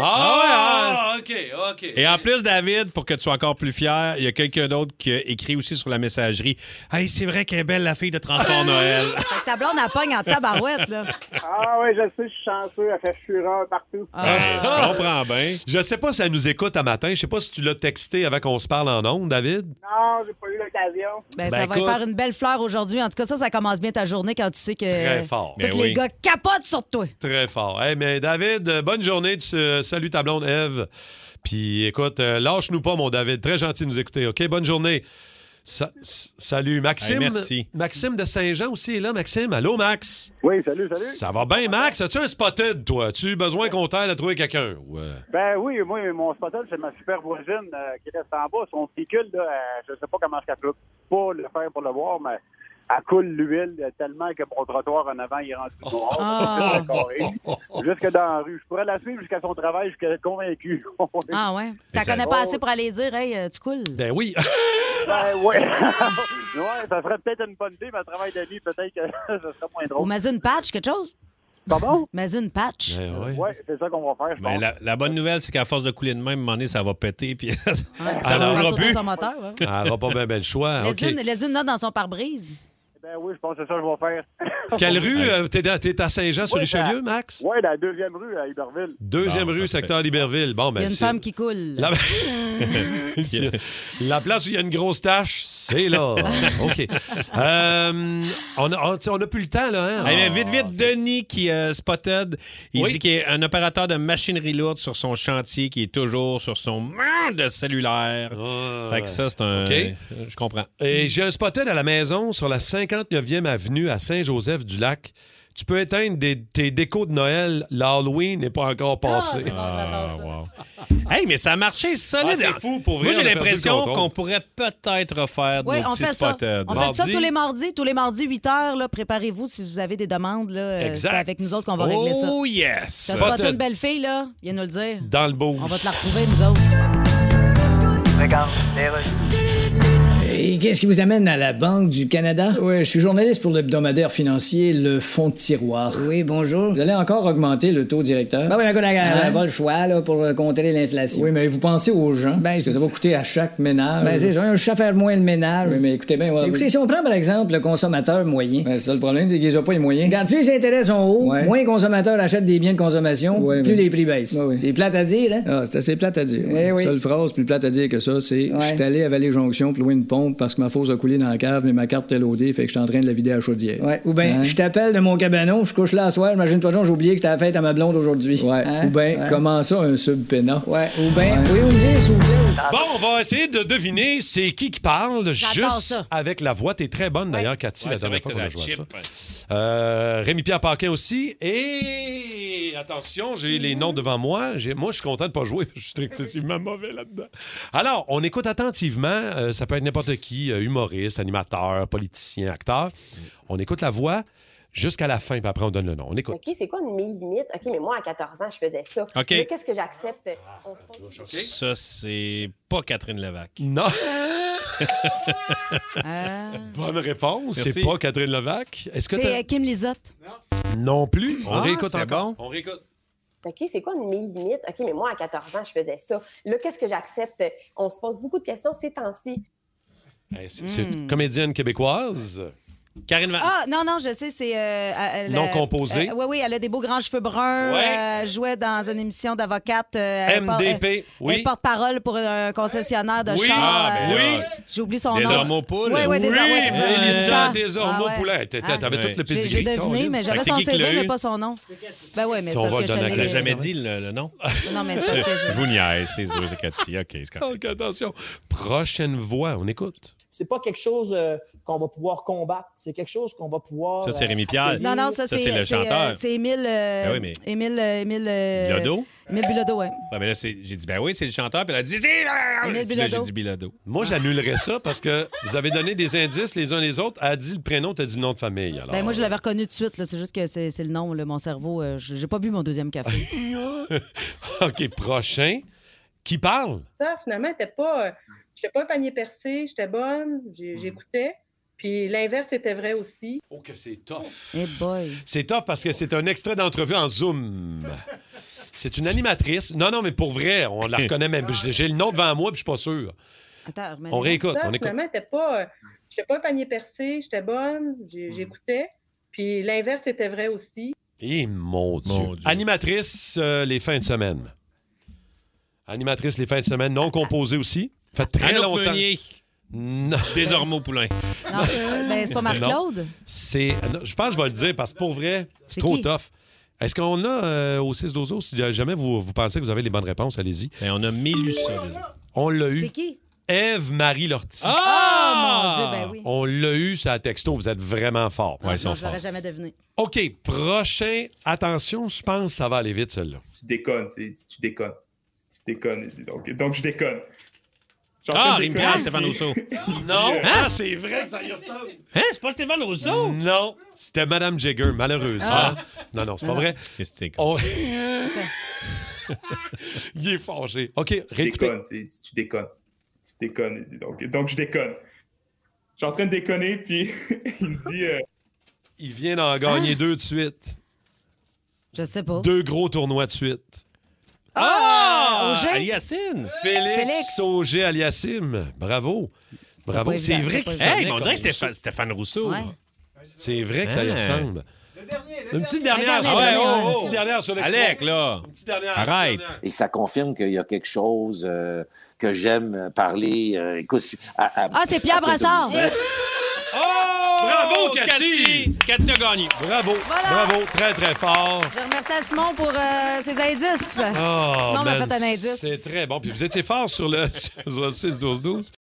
Speaker 3: Ah, ouais, ah, OK, OK.
Speaker 2: Et en plus, David, pour que tu sois encore plus fier, il y a quelqu'un d'autre qui a écrit aussi sur la messagerie Hey, c'est vrai qu'elle est belle, la fille de Transport Noël.
Speaker 5: Fait que ta blonde, elle pogne en tabarouette, là.
Speaker 12: Ah oui, je sais, je suis chanceux, elle fait fureur partout.
Speaker 2: Ben, je comprends bien.
Speaker 3: Ah! Je sais pas si elle nous écoute à matin. Je sais pas si tu l'as texté avant qu'on se parle en ondes, David.
Speaker 12: Non, j'ai pas eu l'occasion.
Speaker 5: Ben,
Speaker 3: Ben,
Speaker 5: ça va
Speaker 3: écoute.
Speaker 5: faire une belle fleur aujourd'hui. En tout cas, ça, ça commence bien ta journée quand tu sais que
Speaker 3: Très fort.
Speaker 5: tous
Speaker 2: Ben
Speaker 5: les
Speaker 2: oui.
Speaker 5: gars capotent sur toi.
Speaker 3: Très fort. Eh mais David, euh, bonne journée. Tu, euh, salut ta blonde, Eve. Puis écoute, euh, lâche-nous pas, mon David. Très gentil de nous écouter. OK, bonne journée. Sa- s- salut, Maxime.
Speaker 2: Eh, merci.
Speaker 3: Maxime de Saint-Jean aussi est là, Maxime. Allô, Max.
Speaker 12: Oui, salut, salut.
Speaker 3: Ça va bien, Max? As-tu un spotted, toi? As-tu besoin qu'on t'aide à trouver quelqu'un? Ouais.
Speaker 12: Ben oui, moi, mon spottel, c'est ma super voisine euh, qui reste en bas. Son véhicule, là, euh, je sais pas comment elle peut pas le faire pour le voir, mais elle coule l'huile euh, tellement que mon trottoir en avant, il est rendu noir.
Speaker 5: Ah.
Speaker 12: Jusque dans la rue. Je pourrais la suivre jusqu'à son travail, jusqu'à être convaincu.
Speaker 5: Ah ouais? T'en
Speaker 3: ça-
Speaker 5: connais
Speaker 12: Oh!
Speaker 5: pas assez pour aller dire, hey, euh, tu coules.
Speaker 3: Ben oui.
Speaker 12: ben ouais. ouais, ça ferait peut-être une bonne idée, mais elle travaille de nuit, peut-être que ça serait moins
Speaker 5: Ou
Speaker 12: drôle.
Speaker 5: mets une patch, quelque chose.
Speaker 12: Pardon?
Speaker 5: Mets une patch.
Speaker 3: Ben oui.
Speaker 12: Ouais, c'est ça qu'on va faire, je
Speaker 2: Mais
Speaker 12: pense.
Speaker 2: la, la bonne nouvelle, c'est qu'à force de couler de même, à un moment donné, ça va péter, puis ça
Speaker 5: Ça Ah, va faire
Speaker 2: n'aura
Speaker 5: sauter
Speaker 2: plus.
Speaker 5: son moteur. ouais.
Speaker 3: Elle aura pas bien ben le choix.
Speaker 5: Laisse
Speaker 3: OK.
Speaker 5: une- Laisse une note dans son pare-brise.
Speaker 12: Ben oui, je pense que c'est ça que je vais faire.
Speaker 3: Quelle rue? euh, T'es dans- t'es à Saint-Jean sur
Speaker 12: Ouais,
Speaker 3: Richelieu,
Speaker 12: ben-
Speaker 3: Max?
Speaker 12: Ouais, la deuxième rue à Iberville.
Speaker 3: Deuxième
Speaker 2: Bon,
Speaker 3: rue,
Speaker 2: parfait.
Speaker 3: secteur Liberville. Bon, ben,
Speaker 5: Il y a une
Speaker 3: c'est-
Speaker 5: femme qui coule.
Speaker 3: La... La place où il y a une grosse tache, c'est là. OK. Euh, on a- on- tu sais, on a plus le temps, là. Hein?
Speaker 2: Eh bien, vite, vite, Denis qui euh, spotted, il
Speaker 3: Oui.
Speaker 2: dit qu'il est un opérateur de machinerie lourde sur son chantier qui est toujours sur son de cellulaire.
Speaker 3: Ah.
Speaker 2: Fait que ça, c'est un.
Speaker 3: OK.
Speaker 2: Je comprends.
Speaker 3: Et j'ai un spotted à la maison sur la 59e avenue à Saint-Joseph-du-Lac. Tu peux éteindre des- tes décos de Noël. L'Halloween n'est pas encore passé.
Speaker 2: Ah, wow. hey, mais ça a marché solide.
Speaker 3: Ah, c'est fou, pour vrai,
Speaker 2: Moi, j'ai
Speaker 3: on a perdu le
Speaker 2: l'impression
Speaker 3: contrôle.
Speaker 2: qu'on pourrait peut-être refaire
Speaker 5: Oui,
Speaker 2: nos
Speaker 5: on
Speaker 2: petits
Speaker 5: fait ça.
Speaker 3: euh,
Speaker 2: spotted.
Speaker 5: On fait ça tous les mardis. Tous les mardis, 8 h. là. Préparez-vous si vous avez des demandes. Là, euh,
Speaker 3: Exact.
Speaker 5: c'est avec nous autres qu'on va régler ça.
Speaker 2: Oh, yes!
Speaker 5: T'as
Speaker 3: Spotted.
Speaker 5: spoté une belle fille, là? Viens nous le dire.
Speaker 3: Dans le beau.
Speaker 5: On va te la retrouver, nous autres.
Speaker 8: Et qu'est-ce qui vous amène à la Banque du Canada? Oui, je suis journaliste pour l'hebdomadaire financier Le Fonds de Tiroir. Oui, bonjour. Vous allez encore augmenter le taux directeur? Ben oui, d'accord,
Speaker 1: on a
Speaker 8: d'accord.
Speaker 1: pas le choix là, pour euh, contrer l'inflation.
Speaker 8: Oui, mais vous pensez aux gens? Ben, parce que ça va coûter à chaque ménage.
Speaker 1: Ben, c'est ça, un chef faire moins le ménage.
Speaker 8: Oui, mais écoutez bien, ouais,
Speaker 1: Écoutez,
Speaker 8: oui.
Speaker 1: si on prend par exemple le consommateur moyen,
Speaker 8: Ben, c'est ça le problème, c'est qu'ils n'ont pas les moyens.
Speaker 1: regarde, plus les intérêts sont hauts,
Speaker 8: Ouais.
Speaker 1: moins les consommateurs achètent des biens de consommation,
Speaker 8: Ouais,
Speaker 1: plus
Speaker 8: mais-
Speaker 1: les prix baissent.
Speaker 8: Ouais, oui.
Speaker 1: C'est plate à dire, hein?
Speaker 8: Ah, c'est assez plate à dire.
Speaker 1: Eh oui.
Speaker 8: Seule phrase plus plate à dire que ça, c'est
Speaker 1: Ouais.
Speaker 8: Je suis allé à Vallée-Jonction pour louer une pompe parce que ma fosse a coulé dans la cave, mais ma carte est loadée, fait que je suis en train de la vider à la chaudière.
Speaker 17: Ouais. Ou bien,
Speaker 8: Hein?
Speaker 17: je t'appelle de mon cabanon, je couche là à soir, imagine-toi donc, j'ai oublié que c'était la fête à ma blonde aujourd'hui.
Speaker 8: Ouais.
Speaker 17: Hein?
Speaker 8: Ou bien,
Speaker 17: Ouais.
Speaker 8: comment ça, un subpénat?
Speaker 17: Ouais. Ou bien,
Speaker 8: Ouais.
Speaker 17: pouvez-vous me dire, s'il vous plaît?
Speaker 3: Bon, on va essayer de deviner c'est qui qui parle
Speaker 17: J'adore
Speaker 3: juste
Speaker 17: ça.
Speaker 3: avec la voix. T'es très bonne d'ailleurs, Cathy,
Speaker 2: Ouais,
Speaker 3: la
Speaker 2: c'est
Speaker 3: dernière fois qu'on
Speaker 2: vrai
Speaker 3: a
Speaker 2: que
Speaker 3: joué
Speaker 2: t'as
Speaker 3: à
Speaker 2: la
Speaker 3: ça. Euh, Rémi-Pierre Paquin aussi. Et attention, j'ai les noms devant moi. J'ai- Moi, je suis content de pas jouer. Je suis excessivement mauvais là-dedans. Alors, on écoute attentivement. Euh, ça peut être n'importe qui, euh, humoriste, animateur, politicien, acteur. On écoute la voix jusqu'à la fin, puis après, on donne le nom. On écoute.
Speaker 18: OK, c'est quoi mes limites? OK, mais moi, à 14 ans, je faisais ça.
Speaker 2: OK.
Speaker 18: Là, Qu'est-ce que j'accepte?
Speaker 3: Ah, ben,
Speaker 18: On se pose-
Speaker 2: Ça, c'est pas Catherine Levac.
Speaker 3: Non.
Speaker 5: Ah.
Speaker 3: Bonne réponse.
Speaker 2: Merci.
Speaker 3: C'est pas Catherine Levac. Est-ce que
Speaker 5: C'est
Speaker 3: t'as-
Speaker 5: euh, Kim Lizotte.
Speaker 3: Non plus. On
Speaker 2: Ah,
Speaker 3: réécoute
Speaker 2: c'est
Speaker 3: encore.
Speaker 2: bon.
Speaker 3: On réécoute.
Speaker 18: OK, c'est quoi mes limites? OK, mais moi, à 14 ans, je faisais ça. Là, qu'est-ce que j'accepte? On se pose beaucoup de questions ces temps-ci.
Speaker 3: Eh, C'est c'est
Speaker 5: Hmm.
Speaker 3: une comédienne québécoise.
Speaker 2: Karine
Speaker 5: Ah, non, non, je sais, c'est. euh, elle-
Speaker 3: Non
Speaker 5: euh,
Speaker 3: composée.
Speaker 5: euh, oui, oui, elle a des beaux grands cheveux bruns.
Speaker 3: Ouais.
Speaker 5: euh, Elle jouait dans une émission d'avocate. euh, elle por-
Speaker 3: MDP,
Speaker 5: euh,
Speaker 3: oui.
Speaker 5: Elle porte-parole pour un concessionnaire de
Speaker 3: Oui.
Speaker 5: chars.
Speaker 3: Ah, ben
Speaker 5: euh,
Speaker 3: là.
Speaker 5: J'ai oublié son
Speaker 3: Des
Speaker 5: nom.
Speaker 3: ormeaux poules.
Speaker 5: Oui, oui, des
Speaker 3: Oui,
Speaker 5: ormeaux poules.
Speaker 3: Mélissa
Speaker 5: Ah,
Speaker 3: Desormeaux-Poulain.
Speaker 5: ouais.
Speaker 3: T'étais- t'avais
Speaker 5: Ah.
Speaker 3: tout le
Speaker 5: J'ai-
Speaker 3: pedigree.
Speaker 5: J'ai deviné,
Speaker 3: Caroline.
Speaker 5: mais j'avais
Speaker 2: Fait que
Speaker 5: son
Speaker 2: c'est qui qui l'a
Speaker 5: CV, mais
Speaker 2: eu?
Speaker 5: pas son nom. Ben oui, mais
Speaker 2: Si
Speaker 5: c'est
Speaker 2: on
Speaker 5: parce que
Speaker 2: va le
Speaker 5: je te
Speaker 2: donner à
Speaker 5: l'ai
Speaker 2: Cathy. J'ai jamais
Speaker 5: dit.
Speaker 2: dit le, le nom.
Speaker 5: Non, mais c'est parce que je-
Speaker 2: vous niaise, c'est sûr, c'est Cathy. OK, c'est correct.
Speaker 3: OK, attention. Prochaine voix, on écoute.
Speaker 19: C'est pas quelque chose euh, qu'on va pouvoir combattre. C'est quelque chose qu'on va pouvoir.
Speaker 2: Ça, c'est
Speaker 19: euh,
Speaker 2: Rémi Pierre.
Speaker 5: Non, non, ça, c'est
Speaker 2: le
Speaker 5: c'est, euh,
Speaker 2: chanteur.
Speaker 5: C'est Émile. euh,
Speaker 2: Ben oui, mais-
Speaker 5: Émile. euh, Émile. euh,
Speaker 2: Bilodeau?
Speaker 5: Émile Bilodeau, oui.
Speaker 2: Ben, mais là, c'est- j'ai dit, ben oui, c'est le chanteur. Puis elle a dit,
Speaker 5: Émile
Speaker 2: Puis là, j'ai
Speaker 5: Bilodeau.
Speaker 2: dit Bilodeau.
Speaker 3: Moi, j'annulerais ça parce que vous avez donné des indices les uns les autres. Elle a dit le prénom, t'as dit le nom de famille. Alors,
Speaker 5: Ben moi, je l'avais reconnu tout de suite. là. C'est juste que c'est c'est le nom, là, mon cerveau. euh, j- J'ai pas bu mon deuxième café.
Speaker 3: Ah! OK, prochain. Qui parle?
Speaker 20: ça, finalement, n'était pas. euh, J'étais pas un panier percé, j'étais bonne, j'ai- j'écoutais. Puis l'inverse était vrai aussi.
Speaker 3: Oh, que c'est tough!
Speaker 5: Eh boy!
Speaker 3: C'est tough parce que c'est un extrait d'entrevue en Zoom. C'est une animatrice. Non, non, mais pour vrai, on la reconnaît même. J'ai j'ai le nom devant moi, puis je suis pas sûr.
Speaker 5: Attends,
Speaker 3: On réécoute,
Speaker 20: ça,
Speaker 3: on écoute.
Speaker 20: finalement, n'était pas. euh, J'étais pas un panier percé, j'étais bonne, j'ai- j'écoutais. Puis l'inverse était vrai aussi.
Speaker 3: Et Eh, mon Dieu. Animatrice euh, les fins de semaine. Animatrice les fins de semaine, non composée aussi. Fait très
Speaker 2: Anouk
Speaker 3: longtemps.
Speaker 2: Meunier.
Speaker 3: Non.
Speaker 2: Des ormeaux poulain.
Speaker 5: Non, c'est- ben, c'est pas Marc-Claude?
Speaker 3: C'est. non, Je pense que je vais le dire parce que pour vrai, c'est
Speaker 5: C'est
Speaker 3: trop
Speaker 5: qui?
Speaker 3: tough. Est-ce qu'on a euh, au 6 12 si jamais vous, vous pensez que vous avez les bonnes réponses, allez-y.
Speaker 2: on a Mélussa,
Speaker 3: On l'a eu.
Speaker 5: C'est qui?
Speaker 3: Ève-Marie Lortie.
Speaker 5: Ah! Ah, mon Dieu, ben oui.
Speaker 3: On l'a eu sur la texto, vous êtes vraiment fort.
Speaker 5: Non, non, je l'aurais jamais deviné.
Speaker 3: OK, prochain. Attention, je pense que ça va aller vite, celle-là.
Speaker 21: tu déconnes, tu, tu déconnes. Tu déconnes. Donc, donc je déconne.
Speaker 2: Ah, Rémi Pierre, Stéphane Rousseau.
Speaker 3: Non, Ah,
Speaker 2: Hein?
Speaker 3: c'est vrai que ça y ressemble.
Speaker 2: Hein? C'est pas Stéphane Rousseau?
Speaker 3: Non, c'était Madame Jagger, malheureusement.
Speaker 2: Ah.
Speaker 3: Non, non, c'est pas
Speaker 2: Ah.
Speaker 3: vrai. On- Il est fâché. OK,
Speaker 21: Tu
Speaker 3: réécoutez.
Speaker 21: déconnes, tu, tu déconnes. Tu déconnes. Donc, donc je déconne. Je suis en train de déconner, puis il me dit. euh,
Speaker 3: Il vient d'en gagner deux de suite.
Speaker 5: Je sais pas.
Speaker 3: Deux gros tournois de suite.
Speaker 2: Ah!
Speaker 5: Auger?
Speaker 2: Aliasine!
Speaker 3: Félix,
Speaker 5: Félix.
Speaker 3: Auger Aliassim. Bravo. Bravo.
Speaker 2: pas
Speaker 3: C'est
Speaker 2: évident,
Speaker 3: vrai
Speaker 2: pas
Speaker 3: qu'il
Speaker 2: évident.
Speaker 3: sonnait
Speaker 2: Hey, mais on
Speaker 3: comme
Speaker 2: dirait que c'était
Speaker 3: Rousseau.
Speaker 2: Fa- Stéphane Rousseau.
Speaker 5: Ouais.
Speaker 3: C'est vrai que ça y
Speaker 2: Hein?
Speaker 3: ressemble. Une petite
Speaker 2: dernier.
Speaker 3: dernière.
Speaker 2: Le
Speaker 3: sur-
Speaker 2: dernier, ouais,
Speaker 3: Ouais, oh,
Speaker 2: ouais.
Speaker 3: oh, Une petite dernière sur l'extrait.
Speaker 2: Alec, là.
Speaker 3: Une petite dernière.
Speaker 2: Arrête.
Speaker 22: Et ça confirme qu'il y a quelque chose euh, que j'aime parler. euh, écoute, à- à-
Speaker 5: Ah, c'est Pierre
Speaker 22: à cette
Speaker 5: Brassard!
Speaker 22: audition.
Speaker 3: Bravo,
Speaker 2: Oh,
Speaker 3: Cathy.
Speaker 2: Cathy! Cathy a gagné.
Speaker 3: Bravo.
Speaker 5: Voilà.
Speaker 3: Bravo. Très, très fort.
Speaker 5: Je remercie à Simon pour euh, ses indices.
Speaker 3: Oh,
Speaker 5: Simon m'a
Speaker 3: man,
Speaker 5: fait un indice.
Speaker 3: C'est très bon. Puis vous étiez fort sur le, sur le 6-12-12.